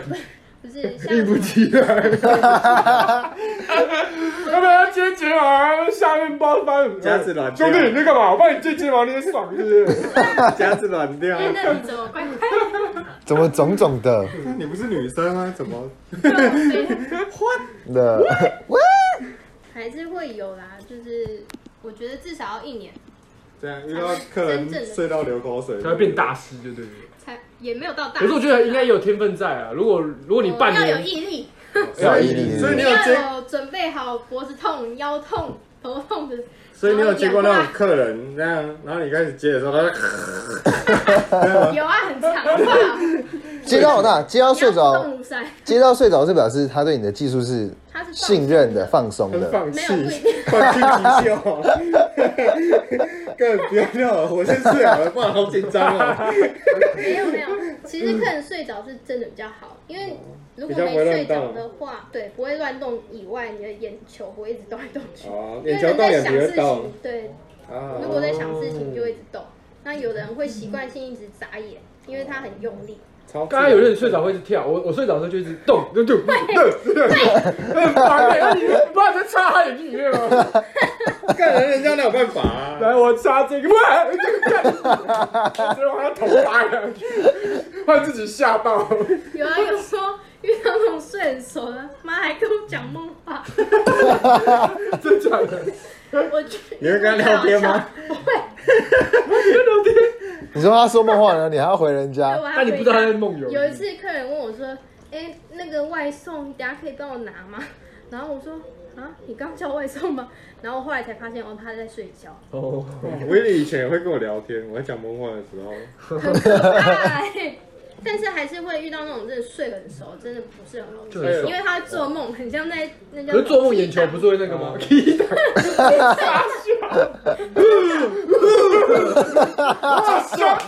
[SPEAKER 5] 不是像
[SPEAKER 3] 硬不起来。要不要接睫毛啊？下面不知道发生什么事
[SPEAKER 6] 夹子软掉
[SPEAKER 3] 兄弟，你在干嘛？我帮你接睫毛，你也爽是不 (laughs) 是？
[SPEAKER 6] 夹子软掉。
[SPEAKER 5] 哎，那你怎么乖乖
[SPEAKER 1] 怎么种种的
[SPEAKER 2] (laughs) 你不是女生吗？怎么？
[SPEAKER 1] (laughs) 的？
[SPEAKER 5] 还是会有啦？就是我觉得至少要一年
[SPEAKER 2] 这样遇到客人
[SPEAKER 5] 啊真正的
[SPEAKER 2] 睡到流口水，
[SPEAKER 3] 才会变大师，对对对。
[SPEAKER 5] 才，也没有到大。
[SPEAKER 3] 可是我觉得应该也有天分在啊。如果如果你半
[SPEAKER 5] 哦要有
[SPEAKER 3] 年，
[SPEAKER 5] 毅力，
[SPEAKER 1] 要毅力
[SPEAKER 2] 所以你有
[SPEAKER 5] 你
[SPEAKER 2] 接，
[SPEAKER 5] 要有准备好脖子痛、腰痛、头痛的。
[SPEAKER 2] 所以你有接过那种客人那样，然后你开始接的时候，他
[SPEAKER 5] 有啊，很长好不好？
[SPEAKER 1] 接到那接到睡
[SPEAKER 5] 你要
[SPEAKER 1] 着
[SPEAKER 5] 动，如山，
[SPEAKER 1] 接到睡着是表示他对你的技术是
[SPEAKER 5] 他是
[SPEAKER 1] 信任的、放松
[SPEAKER 2] 很
[SPEAKER 1] 的。
[SPEAKER 2] 放弃
[SPEAKER 5] 没有不一定，
[SPEAKER 2] 放弃急救，更不要闹了，我先睡好了，不然好紧张哦。
[SPEAKER 5] 没有没有，其实客人睡着是真的比较好，因为如果
[SPEAKER 2] 比较
[SPEAKER 5] 没
[SPEAKER 2] 不会乱
[SPEAKER 5] 睡着
[SPEAKER 2] 动
[SPEAKER 5] 的话，对，不会乱动以外，你的眼球会一直动来动去，
[SPEAKER 2] 哦，
[SPEAKER 5] 因为
[SPEAKER 2] 眼球
[SPEAKER 5] 人
[SPEAKER 2] 动
[SPEAKER 5] 在
[SPEAKER 2] 眼皮
[SPEAKER 5] 想
[SPEAKER 2] 会
[SPEAKER 5] 事
[SPEAKER 2] 动
[SPEAKER 5] 情，对，
[SPEAKER 2] 啊
[SPEAKER 5] 如果在想事情就会一直动。那有的人会习惯性一直眨眼，因为他很用力。
[SPEAKER 2] 超
[SPEAKER 3] 刚刚有人睡着会一直跳，我我睡着的时候就一直动，就就对对，很烦欸那你不然就插他眼睛里面吗？
[SPEAKER 2] 干人，人家哪有办法啊？
[SPEAKER 3] 来，我插这个，哇，这个干，直接往他头拔下去，把自己吓到。
[SPEAKER 5] 有啊，有说遇到那种睡很熟的，妈还跟我讲梦 (laughs) 话，
[SPEAKER 3] 真假的？
[SPEAKER 5] 我去。
[SPEAKER 2] 你会跟他聊天吗？
[SPEAKER 5] 不会，
[SPEAKER 1] 你说他说梦话呢，你还要回人
[SPEAKER 2] 啊
[SPEAKER 1] 家
[SPEAKER 5] 我？还
[SPEAKER 3] 但你不知道他在梦游。
[SPEAKER 5] 有一次客人问我说：“哎、那个外送，你等下可以帮我拿吗？”然后我说：“啊，你刚叫外送吗？”然后我后来才发现，哦，他在睡觉，
[SPEAKER 3] 哦，
[SPEAKER 2] 我以前也会跟我聊天，我在讲梦话的时候，
[SPEAKER 5] 很可怕、欸。 (laughs) 但是还是会遇到那种真的睡很熟，真的不是很容易
[SPEAKER 3] 就很
[SPEAKER 5] 睡，
[SPEAKER 3] 熟
[SPEAKER 5] 因为他会做梦，很像在那叫
[SPEAKER 3] 可是做梦眼球不是会那个吗？踢打，傻笑，哇笑，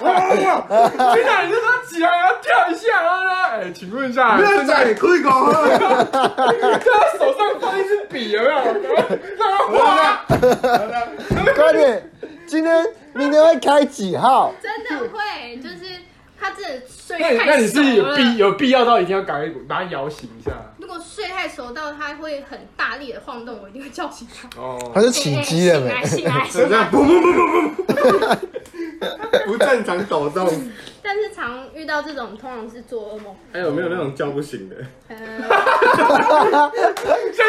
[SPEAKER 3] 哇笑，局长，你就说起来然后跳一下，然后呢？哎，请问一下，现在
[SPEAKER 2] 可以搞
[SPEAKER 3] 他手上放一支笔，有没有？然后让他画，
[SPEAKER 1] 快点，今天明天会开几号？
[SPEAKER 5] 真的会，就是他真的睡
[SPEAKER 3] 嗯那你
[SPEAKER 5] 太
[SPEAKER 3] 那你是
[SPEAKER 5] 熟
[SPEAKER 3] 有
[SPEAKER 5] 了。
[SPEAKER 3] 必有必要到一定要赶快把它摇醒一下
[SPEAKER 5] 如果睡太熟到他会很大力的晃动，我一定会叫醒他。
[SPEAKER 1] 他
[SPEAKER 3] 哦。
[SPEAKER 1] 就起鸡了没？
[SPEAKER 5] 哎醒来，
[SPEAKER 2] 这
[SPEAKER 5] 醒来，醒来
[SPEAKER 2] 样，。不不不不不，不正常抖动。
[SPEAKER 5] 但是常遇到这种，通常是做噩梦。
[SPEAKER 2] 还有没有那种叫不醒的？
[SPEAKER 5] 呃，
[SPEAKER 3] 先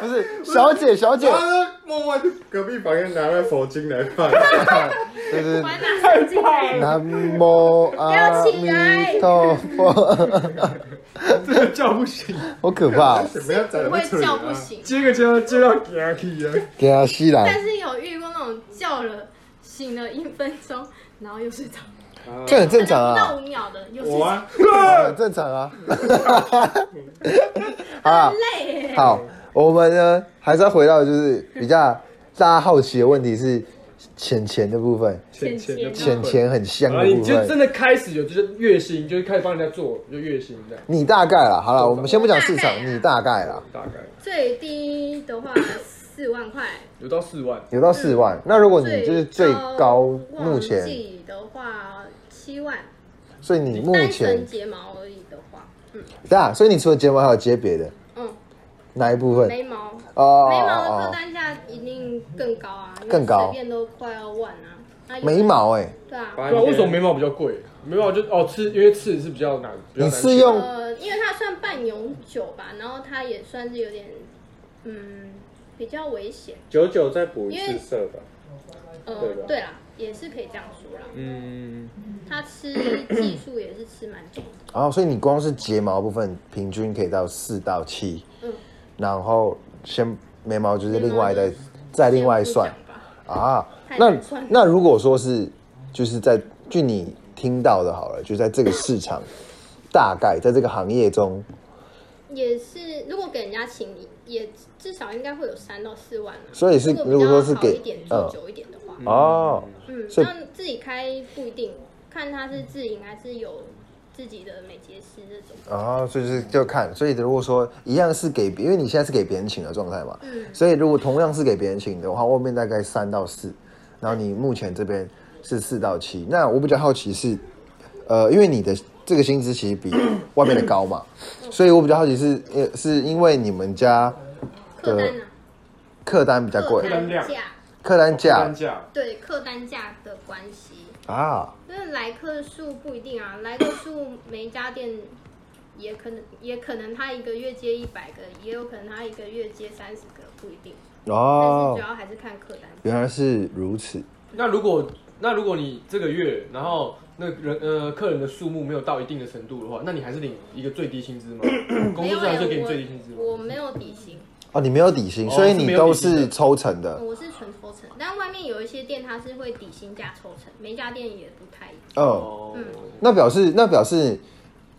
[SPEAKER 1] (laughs) 不是，小姐，小 (laughs) 姐，
[SPEAKER 2] 他默默就隔壁房间拿了佛经来看，
[SPEAKER 1] 就是
[SPEAKER 5] 我要拿手机来。
[SPEAKER 1] 南 (laughs) 无阿弥陀佛，
[SPEAKER 3] 这个叫不醒，
[SPEAKER 1] 好可怕哦，
[SPEAKER 2] 怎么样长
[SPEAKER 5] 不
[SPEAKER 2] 得
[SPEAKER 5] 会
[SPEAKER 2] 蠢
[SPEAKER 5] 叫不
[SPEAKER 2] 啊？
[SPEAKER 5] 醒，
[SPEAKER 3] 接个接到接到给他踢啊！
[SPEAKER 1] 给他吸
[SPEAKER 5] 但
[SPEAKER 1] 来，
[SPEAKER 5] 是有遇过那种叫了醒了一分钟，然后又睡着，
[SPEAKER 1] 这很正常
[SPEAKER 5] 不到
[SPEAKER 1] 啊，
[SPEAKER 5] 五秒的又睡
[SPEAKER 2] 我
[SPEAKER 5] 着，
[SPEAKER 2] 啊，
[SPEAKER 1] 很正常 (laughs) 啊。好啦，
[SPEAKER 5] 累耶。
[SPEAKER 1] 好，我们呢还是要回到就是比较大家好奇的问题是钱钱的部分，
[SPEAKER 3] 浅浅的部分
[SPEAKER 1] 钱钱很香
[SPEAKER 3] 啊，
[SPEAKER 1] 的
[SPEAKER 3] 你
[SPEAKER 1] 部
[SPEAKER 3] 就真
[SPEAKER 1] 分。
[SPEAKER 3] 的开始有就是月薪，就是开始帮人家做，就月薪这样，
[SPEAKER 1] 你大概啦，好了，我们先不讲市场，你大概啦，
[SPEAKER 3] 大概
[SPEAKER 5] 最低的话四万块，
[SPEAKER 3] 有到四万。
[SPEAKER 1] 有到四万。那如果你就是最高目
[SPEAKER 5] 旺
[SPEAKER 1] 前，
[SPEAKER 5] 季的话七万，
[SPEAKER 1] 所以你目
[SPEAKER 5] 单
[SPEAKER 1] 前
[SPEAKER 5] 纯睫毛而已的话，嗯
[SPEAKER 1] 对啊，所以你除了睫毛还有接别的
[SPEAKER 5] 嗯，
[SPEAKER 1] 哪一部分？
[SPEAKER 5] 眉毛。
[SPEAKER 1] 哦
[SPEAKER 5] 眉毛的客单价一定更高啊，因为
[SPEAKER 1] 更高
[SPEAKER 5] 随便都快要万啊。那有
[SPEAKER 1] 眉毛哎、
[SPEAKER 5] 对啊，
[SPEAKER 3] 对啊，为什么眉毛比较贵？眉毛就哦刺，因为刺是比较难，比较
[SPEAKER 1] 你
[SPEAKER 3] 难
[SPEAKER 1] 是
[SPEAKER 3] 选
[SPEAKER 1] 用
[SPEAKER 5] 呃，因为它算半永久吧，然后它也算是有点，嗯，比较危险。
[SPEAKER 6] 九九再补一次色吧。
[SPEAKER 5] 呃
[SPEAKER 6] 对吧，
[SPEAKER 5] 对啦，也是可以这样说啦。
[SPEAKER 3] 嗯，
[SPEAKER 5] 它吃技术也是吃蛮重的，
[SPEAKER 1] 然后，哦所以你光是睫毛部分平均可以到四到七，
[SPEAKER 5] 嗯，
[SPEAKER 1] 然后先眉毛就是另外的，再另外算
[SPEAKER 5] 先不讲吧。
[SPEAKER 1] 啊。
[SPEAKER 5] 太
[SPEAKER 1] 那
[SPEAKER 5] 难算了
[SPEAKER 1] 那如果说是就是在据你听到的好了，就在这个市场，大概在这个行业中，
[SPEAKER 5] 也是，如果给人家请，也至少应该会有三到四万啊。
[SPEAKER 1] 所以是
[SPEAKER 5] 如
[SPEAKER 1] 如果说
[SPEAKER 5] 果
[SPEAKER 1] 是
[SPEAKER 5] 比较好
[SPEAKER 1] 给
[SPEAKER 5] 一点，
[SPEAKER 1] 嗯
[SPEAKER 5] 做久一点的话，
[SPEAKER 1] 哦，
[SPEAKER 5] 嗯，
[SPEAKER 1] 所以
[SPEAKER 5] 那自己开不一定，看他是自营还是有自己的美睫师这种。
[SPEAKER 1] 然后哦所以就是就看，所以如果说一样是给，因为你现在是给别人请的状态嘛，所以如果同样是给别人请的话，外面大概三到四，然后你目前这边是四到七。那我比较好奇是，呃，因为你的这个薪资其实比外面的高嘛，所以我比较好奇是，呃，是因为你们家
[SPEAKER 5] 客单啊，
[SPEAKER 1] 客单比较贵
[SPEAKER 5] 客，
[SPEAKER 3] 单量
[SPEAKER 5] 价，
[SPEAKER 1] 客单价
[SPEAKER 2] 单价
[SPEAKER 5] 对客单价的关系，
[SPEAKER 1] 啊，
[SPEAKER 5] 因为来客数不一定啊，来客数每一家店也可能也可能他一个月接一百个，也有可能他一个月接三十个，不一定。但是
[SPEAKER 1] 哦
[SPEAKER 5] 主，要还是看客单。
[SPEAKER 1] 原来是如此，
[SPEAKER 3] 那如果那如果你这个月，然后那人呃客人的数目没有到一定的程度的话，那你还是领一个最低薪
[SPEAKER 5] (clears throat)
[SPEAKER 3] 资吗？公
[SPEAKER 5] 没
[SPEAKER 3] 司
[SPEAKER 5] 有、
[SPEAKER 3] 还是给
[SPEAKER 5] 欸，
[SPEAKER 3] 你最低薪资吗？
[SPEAKER 5] 我我没有底薪，
[SPEAKER 1] 哦，你没有底薪，
[SPEAKER 3] 哦
[SPEAKER 1] 所以
[SPEAKER 3] 是没
[SPEAKER 1] 你
[SPEAKER 3] 有
[SPEAKER 1] 都
[SPEAKER 3] 底薪的
[SPEAKER 1] 是抽成的，
[SPEAKER 5] 我是纯抽成，但外面有一些店它是会底薪加抽成，每一家店也不太一样。
[SPEAKER 1] 嗯，
[SPEAKER 3] 哦，
[SPEAKER 1] 那表示那表示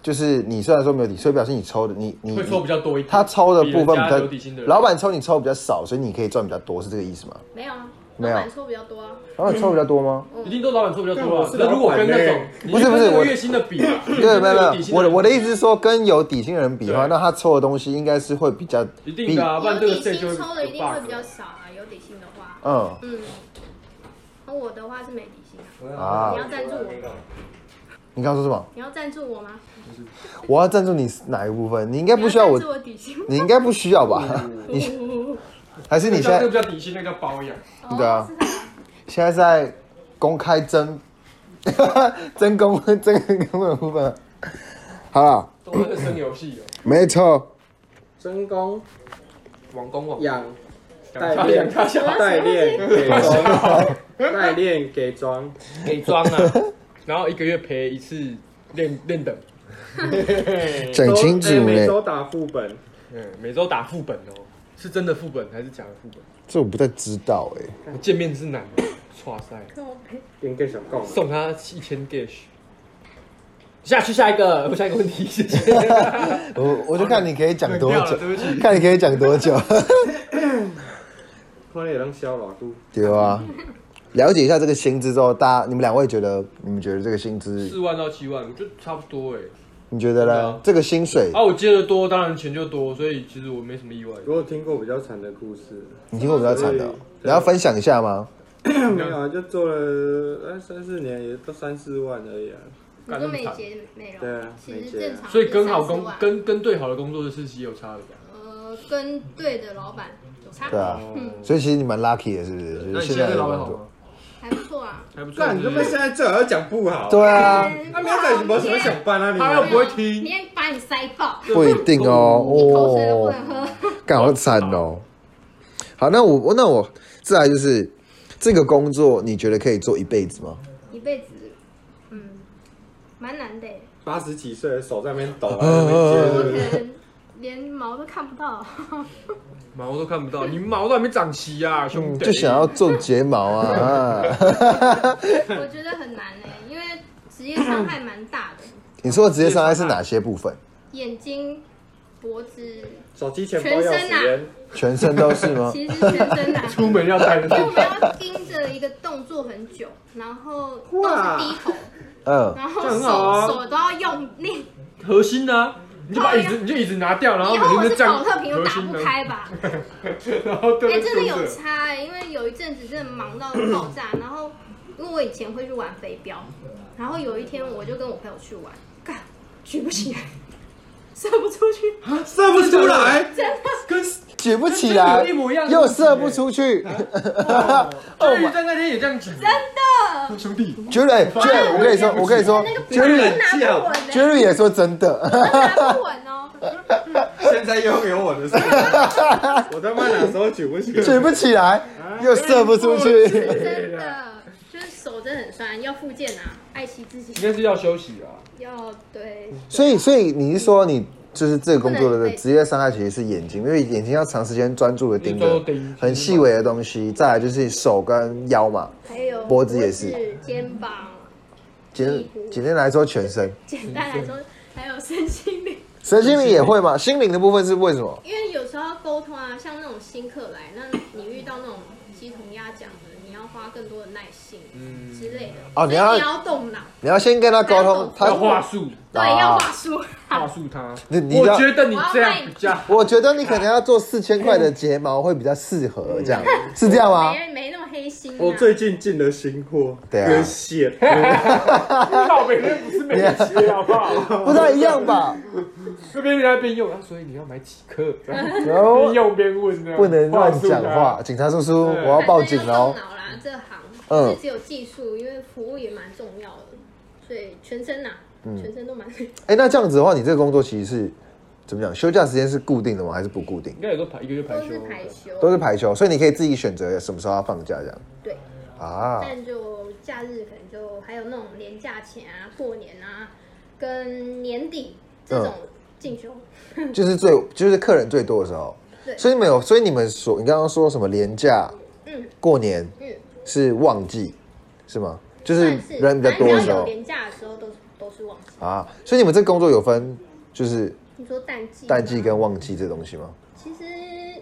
[SPEAKER 1] 就是你虽然说没有底，所以表示你抽的你你
[SPEAKER 3] 会抽比较多一点。
[SPEAKER 1] 他抽的部分
[SPEAKER 3] 比人家有
[SPEAKER 1] 比
[SPEAKER 3] 底薪的
[SPEAKER 1] 较，
[SPEAKER 3] 人
[SPEAKER 1] 老板抽你抽比较少，所以你可以赚比较多，是这个意思吗？
[SPEAKER 5] 没有啊，
[SPEAKER 1] 没有
[SPEAKER 5] 老板抽比较多啊。
[SPEAKER 1] 老板抽比较多吗？
[SPEAKER 3] 一定都老板抽比较
[SPEAKER 2] 对
[SPEAKER 3] 多啊
[SPEAKER 2] 我。是
[SPEAKER 3] 那如果
[SPEAKER 2] 老
[SPEAKER 3] 跟
[SPEAKER 2] 板
[SPEAKER 3] 那
[SPEAKER 2] 嘞
[SPEAKER 3] 种你
[SPEAKER 1] 不是欸
[SPEAKER 3] 跟
[SPEAKER 1] 不是
[SPEAKER 3] 那个
[SPEAKER 1] 啊我
[SPEAKER 3] 月薪的比啊，你
[SPEAKER 1] 对，没
[SPEAKER 3] 跟那
[SPEAKER 1] 有
[SPEAKER 3] 个
[SPEAKER 1] 没
[SPEAKER 3] 底薪
[SPEAKER 1] 有，我的我的
[SPEAKER 3] 人
[SPEAKER 1] 意思是说，跟有底薪的人比的话，
[SPEAKER 3] 对
[SPEAKER 1] 那他抽的东西应该是会比较
[SPEAKER 3] 一定的啊，不然这
[SPEAKER 5] 有
[SPEAKER 3] 个
[SPEAKER 5] 底
[SPEAKER 3] set 就
[SPEAKER 5] 薪
[SPEAKER 3] 会
[SPEAKER 5] 抽的一定
[SPEAKER 3] 有 bug
[SPEAKER 5] 会比较少啊，有底薪的话，
[SPEAKER 1] 嗯，
[SPEAKER 5] 嗯，那我的话是没底薪啊。
[SPEAKER 1] 啊
[SPEAKER 5] 你要赞助我，
[SPEAKER 1] 你刚刚说什么？
[SPEAKER 5] 你要赞助我吗？
[SPEAKER 1] 我要赞助你哪一部分？你应该
[SPEAKER 5] 你
[SPEAKER 1] 不需要
[SPEAKER 5] 赞
[SPEAKER 1] 我
[SPEAKER 5] 助，我
[SPEAKER 3] (laughs)
[SPEAKER 5] 底薪吗。
[SPEAKER 1] 你应该不需要吧？你还是你现
[SPEAKER 3] 那这
[SPEAKER 1] 在
[SPEAKER 3] 个叫底薪，那个叫包养。
[SPEAKER 1] 对啊
[SPEAKER 5] 哦是啊
[SPEAKER 1] 现在在公开争 (laughs) 争公争公的部分？好了，
[SPEAKER 3] 都是生游戏哦，
[SPEAKER 1] 没错，
[SPEAKER 6] 真功
[SPEAKER 3] 王公王
[SPEAKER 6] 养
[SPEAKER 3] (laughs)
[SPEAKER 6] 代
[SPEAKER 3] 他养
[SPEAKER 6] 练
[SPEAKER 3] 他想
[SPEAKER 6] 代练
[SPEAKER 5] (laughs)
[SPEAKER 6] 给装，代练给装，
[SPEAKER 3] 给装啊， (laughs) 然后一个月赔一次练练等，
[SPEAKER 1] 整清
[SPEAKER 6] 周哎
[SPEAKER 1] 楚
[SPEAKER 6] 每
[SPEAKER 1] 嘞，
[SPEAKER 6] 周打副本，
[SPEAKER 3] 嗯，每周打副本哦，是真的副本还是假的副本？
[SPEAKER 1] 这我不太知道哎、
[SPEAKER 3] 我见面是男的，哇塞，
[SPEAKER 6] 应该想讲。
[SPEAKER 3] 送他一千 gash。下去下一个，我下一个问题，谢谢。
[SPEAKER 1] 我我就看你可以讲多
[SPEAKER 3] 哦冷掉
[SPEAKER 1] 久
[SPEAKER 3] 了对不起，
[SPEAKER 1] 看你可以讲多久， (laughs)
[SPEAKER 6] 看你能消偌久，
[SPEAKER 1] 对啊。了解一下这个薪资之后，大家你们两位觉得，你们觉得这个薪资，
[SPEAKER 3] 四万到七万，我觉得差不多哎。
[SPEAKER 1] 你觉得
[SPEAKER 3] 对
[SPEAKER 1] 呢
[SPEAKER 3] 啊？
[SPEAKER 1] 这个薪水，
[SPEAKER 3] 啊，我接的多，当然钱就多，所以其实我没什么意外。
[SPEAKER 6] 我有听过比较惨的故事，
[SPEAKER 1] 你听过比较惨的哦
[SPEAKER 6] 对，
[SPEAKER 1] 你要分享一下吗？
[SPEAKER 6] 没有啊，就做了哎三四年，也都三四万而已啊。
[SPEAKER 5] 你说美睫美容，
[SPEAKER 6] 对啊
[SPEAKER 5] 其
[SPEAKER 6] 美
[SPEAKER 5] 实
[SPEAKER 6] 睫啊
[SPEAKER 5] 正常
[SPEAKER 3] 所以
[SPEAKER 5] 是
[SPEAKER 3] 跟好
[SPEAKER 5] 30
[SPEAKER 3] 工
[SPEAKER 5] 万
[SPEAKER 3] 跟跟对好的工作是是有差的吧。
[SPEAKER 5] 呃跟对的老板有差，
[SPEAKER 1] 对啊，所以其实你蛮 lucky 的，是不是？就
[SPEAKER 3] 那你
[SPEAKER 1] 是现
[SPEAKER 3] 现
[SPEAKER 1] 在
[SPEAKER 3] 在
[SPEAKER 1] 的
[SPEAKER 3] 对老板
[SPEAKER 1] 工
[SPEAKER 3] 好
[SPEAKER 1] 作，
[SPEAKER 3] 吗？
[SPEAKER 5] 还不错啊。
[SPEAKER 3] 还不错。
[SPEAKER 6] 干，你他妈现在最好要讲不好。
[SPEAKER 1] 对啊，
[SPEAKER 6] 啊，喵仔怎么怎么想办啊你？
[SPEAKER 3] 他又不会听
[SPEAKER 5] 明，天把你塞爆，
[SPEAKER 1] (laughs) 不一定哦。
[SPEAKER 5] 你口水都不
[SPEAKER 1] 哦，
[SPEAKER 5] 能喝。
[SPEAKER 1] 干好惨哦。好，那我我那我再来就是这个工作，你觉得可以做一辈子吗？
[SPEAKER 5] 一辈子，嗯，蛮难的耶，
[SPEAKER 6] 八十几岁的手在那边抖啊，
[SPEAKER 1] 嗯
[SPEAKER 6] 在那
[SPEAKER 5] 我可
[SPEAKER 6] 边接着。
[SPEAKER 5] 能连毛都看不到。 (laughs)
[SPEAKER 3] 毛都看不到，你毛都还没长齐啊，兄
[SPEAKER 1] 嗯
[SPEAKER 3] 弟。
[SPEAKER 1] 就想要做睫毛
[SPEAKER 3] (laughs)
[SPEAKER 1] 啊？啊
[SPEAKER 5] 我觉得很难呢，欸因为职业伤害蛮大的，
[SPEAKER 1] 你说的职业伤害是哪些部分？
[SPEAKER 5] 眼睛、脖子，
[SPEAKER 6] 手机钱包钥匙圈，
[SPEAKER 1] 全身都是吗？
[SPEAKER 5] 其实是全身
[SPEAKER 3] (laughs)
[SPEAKER 5] 难。
[SPEAKER 3] 出门要带着
[SPEAKER 5] 因为我们要盯着一个动作很久，然后都是低头，
[SPEAKER 1] 嗯，
[SPEAKER 5] 然
[SPEAKER 3] 这
[SPEAKER 5] 后
[SPEAKER 3] 样很
[SPEAKER 5] 手、
[SPEAKER 3] 好啊
[SPEAKER 5] 手都要用力。
[SPEAKER 3] 核心呢，你
[SPEAKER 5] 哦
[SPEAKER 3] 就把椅子你就椅子拿掉，然后
[SPEAKER 5] 以
[SPEAKER 3] 每
[SPEAKER 5] 后我
[SPEAKER 3] 天
[SPEAKER 5] 是
[SPEAKER 3] 就这样
[SPEAKER 5] 保特瓶都
[SPEAKER 3] 核
[SPEAKER 5] 打
[SPEAKER 3] 心
[SPEAKER 5] 不
[SPEAKER 3] 呢，
[SPEAKER 5] 开吧？
[SPEAKER 3] (laughs) 然后
[SPEAKER 5] 哎、
[SPEAKER 3] 对
[SPEAKER 5] 真的有差哎、因为有一阵子真的忙到爆炸，然后因为我以前会去玩飞镖，然后有一天我就跟我朋友去玩，干举不起来，射不出去，
[SPEAKER 6] 射不出来，
[SPEAKER 5] 真的
[SPEAKER 3] 跟
[SPEAKER 1] 举不起来
[SPEAKER 3] 跟这个一模一样，的
[SPEAKER 1] 又射不出去。
[SPEAKER 3] 鳄鱼哦在那天也这样讲，
[SPEAKER 5] 真的，
[SPEAKER 3] 兄弟，
[SPEAKER 1] Jerry 哎
[SPEAKER 3] (laughs)
[SPEAKER 1] Jerry，我跟你说，我跟你说
[SPEAKER 5] 那个
[SPEAKER 1] ，Jerry
[SPEAKER 5] 都拿不稳呢、
[SPEAKER 1] Jerry 也说真
[SPEAKER 5] 啊
[SPEAKER 1] 的， (laughs)
[SPEAKER 5] 拿不稳哦、
[SPEAKER 6] 现在又有我的
[SPEAKER 3] (laughs)
[SPEAKER 6] 事，我他妈哪时候举不起来？
[SPEAKER 1] 举不起来，又射不出去。
[SPEAKER 5] 真的，就是手真的很酸，要复健啊，爱惜自己
[SPEAKER 3] 应，该是要休息啊。
[SPEAKER 5] 要对，
[SPEAKER 1] 所以，所以你是说你就是这个工作
[SPEAKER 5] 不能
[SPEAKER 1] 的
[SPEAKER 5] 被
[SPEAKER 1] 职业伤害其实是眼睛，因为眼睛要长时间专注的盯
[SPEAKER 3] 一周
[SPEAKER 1] 着
[SPEAKER 3] 盯
[SPEAKER 1] 很细微的东西，再来就是手跟腰嘛，
[SPEAKER 5] 还有
[SPEAKER 1] 脖子也是
[SPEAKER 5] 脖子肩膀，
[SPEAKER 1] 简简单来说全身。
[SPEAKER 5] 简单来说，还有身心灵。
[SPEAKER 1] 身心灵也会嘛？心灵的部分是为什么？
[SPEAKER 5] 因为有时候要沟通啊，像那种新客来，那你遇到那种鸡同鸭讲的，你要花更多的耐心，之类的。
[SPEAKER 1] 哦你
[SPEAKER 5] 所以
[SPEAKER 1] 要
[SPEAKER 5] 你要动脑，
[SPEAKER 1] 你要先跟他沟
[SPEAKER 5] 要
[SPEAKER 1] 通
[SPEAKER 5] 懂，
[SPEAKER 1] 他
[SPEAKER 3] 要话术，
[SPEAKER 5] 对，
[SPEAKER 1] 啊
[SPEAKER 5] 要话术。
[SPEAKER 3] 话术他。
[SPEAKER 1] 你 (laughs) 你
[SPEAKER 3] 我
[SPEAKER 1] 知道
[SPEAKER 3] 觉得你这样比较好， (laughs)
[SPEAKER 1] 我觉得你可能要做四千块的睫毛会比较适合，这样是这样吗？
[SPEAKER 5] 没没那么黑
[SPEAKER 4] 黑心、啊。
[SPEAKER 6] 我最近进了新货，
[SPEAKER 1] 对啊
[SPEAKER 6] 跟线，
[SPEAKER 3] 靠北那不是美睫好
[SPEAKER 1] (laughs)
[SPEAKER 3] 不好？
[SPEAKER 1] 不太一样吧？
[SPEAKER 3] 这边人家边用，啊所以你要买几克？这样
[SPEAKER 1] 然后
[SPEAKER 3] 边用边问的，
[SPEAKER 1] (laughs) 不
[SPEAKER 3] (laughs)
[SPEAKER 1] 能
[SPEAKER 3] 啊
[SPEAKER 1] 乱讲话，警察叔叔，
[SPEAKER 3] 对
[SPEAKER 1] 我要报警哦
[SPEAKER 5] 反正要
[SPEAKER 1] 喽
[SPEAKER 5] 动！脑啦，这行
[SPEAKER 1] 嗯
[SPEAKER 5] 不是只有技术，因为服务也蛮重要的，所以全身呐，
[SPEAKER 1] 嗯
[SPEAKER 5] 全身都
[SPEAKER 1] (laughs)
[SPEAKER 5] 蛮。
[SPEAKER 1] 哎，那这样子的话，你这个工作其实是怎么讲？休假时间是固定的吗？还是不固定
[SPEAKER 3] 应？该有个排，一个就排
[SPEAKER 5] 都
[SPEAKER 3] 休
[SPEAKER 5] 是。排休，
[SPEAKER 1] 都是排休，所以你可以自己选择什么时候要放假这样
[SPEAKER 5] 对，
[SPEAKER 1] 啊。
[SPEAKER 5] 但就假日可能就还有那种年假前啊、过年啊、跟年底这种
[SPEAKER 1] 嗯
[SPEAKER 5] 进修，
[SPEAKER 1] 就是最就是客人最多的时候，
[SPEAKER 5] 对
[SPEAKER 1] 所以没有，所以你们所你刚刚说什么廉价，
[SPEAKER 5] 嗯
[SPEAKER 1] 过年
[SPEAKER 5] 嗯，
[SPEAKER 1] 是旺季，是吗？就是
[SPEAKER 5] 算是
[SPEAKER 1] 人比较多的
[SPEAKER 5] 反正只
[SPEAKER 1] 时
[SPEAKER 5] 要有
[SPEAKER 1] 候
[SPEAKER 5] 年假的时候都都是旺季。
[SPEAKER 1] 啊，所以你们这工作有分就是
[SPEAKER 5] 你说淡季吗，
[SPEAKER 1] 淡季跟旺季这东西吗？
[SPEAKER 5] 其实，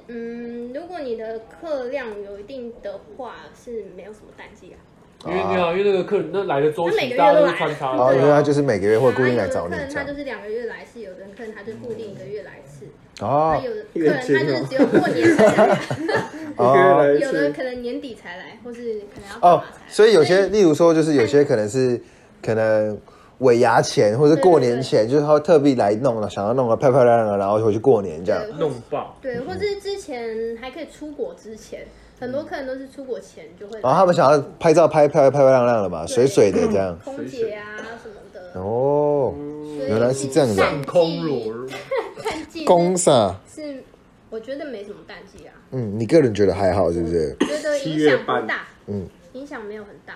[SPEAKER 5] 嗯，如果你的客量有一定的话，是没有什么淡季啊。
[SPEAKER 3] 因为你好，因为那个客人那来的周期，
[SPEAKER 5] 他
[SPEAKER 3] 大
[SPEAKER 5] 每
[SPEAKER 3] 家
[SPEAKER 5] 个月都
[SPEAKER 3] 都
[SPEAKER 5] 来
[SPEAKER 3] 是穿插
[SPEAKER 1] 哦，因为
[SPEAKER 3] 的
[SPEAKER 1] 他。就是每个月会固定来找
[SPEAKER 5] 有
[SPEAKER 1] 你
[SPEAKER 5] 的客人
[SPEAKER 1] 这
[SPEAKER 5] 他
[SPEAKER 1] 样
[SPEAKER 5] 啊就是两个月来一次，有的客人他就固定一个月来一次，那、
[SPEAKER 1] 哦
[SPEAKER 5] 有的客
[SPEAKER 6] 月
[SPEAKER 5] 人
[SPEAKER 6] 经
[SPEAKER 5] 他就是
[SPEAKER 6] 哦
[SPEAKER 5] 只有过年才
[SPEAKER 6] (laughs)
[SPEAKER 5] 来，
[SPEAKER 6] 一个月来一
[SPEAKER 5] 有的
[SPEAKER 6] 次，
[SPEAKER 5] 可能年底才来，或是可能要干
[SPEAKER 1] 哦
[SPEAKER 5] 嘛才来，
[SPEAKER 1] 所以有些例如说就是有些可能是可能尾牙前或者过年前，就是他会特地来弄了，想要弄个漂漂亮亮的，然后回去过年这样
[SPEAKER 5] 对，或
[SPEAKER 3] 弄爆，
[SPEAKER 5] 对，或是之前还可以出国之前，很多客人都是出国前就会
[SPEAKER 1] 然后他们想要拍照拍漂漂亮亮的嘛，水水的这样。
[SPEAKER 5] 空姐啊什么的，
[SPEAKER 1] 哦，
[SPEAKER 5] 所以
[SPEAKER 1] 原来是这样子啊
[SPEAKER 5] 淡季
[SPEAKER 3] 空裸露，
[SPEAKER 5] 淡季
[SPEAKER 1] 公啥？
[SPEAKER 5] 是我觉得没什么淡季啊，
[SPEAKER 1] 嗯，你个人觉得还好是不是？
[SPEAKER 5] 觉得
[SPEAKER 6] 七
[SPEAKER 5] 影
[SPEAKER 6] 月
[SPEAKER 5] 响
[SPEAKER 6] 半
[SPEAKER 5] 不大，
[SPEAKER 1] 嗯，
[SPEAKER 5] 影响没有很大，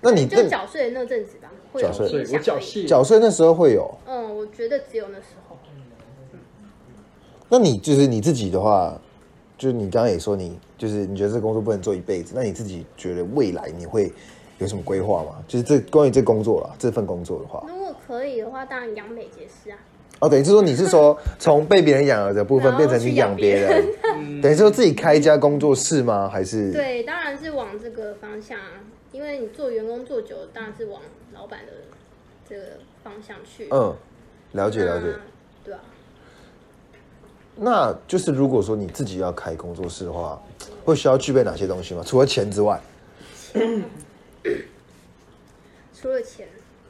[SPEAKER 1] 那你
[SPEAKER 5] 就
[SPEAKER 1] 那
[SPEAKER 5] 缴税的那阵子吧，会
[SPEAKER 1] 缴
[SPEAKER 5] 有
[SPEAKER 1] 税
[SPEAKER 3] 所
[SPEAKER 5] 影
[SPEAKER 3] 以我
[SPEAKER 5] 响。
[SPEAKER 3] 缴械。
[SPEAKER 1] 缴税那时候会有，
[SPEAKER 5] 嗯，我觉得只有那时候。
[SPEAKER 1] 那你就是你自己的话，就是你刚刚也说你就是你觉得这工作不能做一辈子，那你自己觉得未来你会有什么规划吗？就是这关于这工作啦，这份工作的话，
[SPEAKER 5] 如果可以的话，当然养美睫师啊，
[SPEAKER 1] 哦，等于是说你是 (laughs) 说从被别人养儿的部分变成你养别人， (laughs) 等于是说自己开一家工作室吗？还是？
[SPEAKER 5] 对，当然是往这个方向啊，因为你做员工做久了，当然是往老板的这个方向去。
[SPEAKER 1] 嗯，了解了解。
[SPEAKER 5] 那对啊，
[SPEAKER 1] 那就是如果说你自己要开工作室的话，会需要具备哪些东西吗？除了钱之外，
[SPEAKER 5] 除了钱，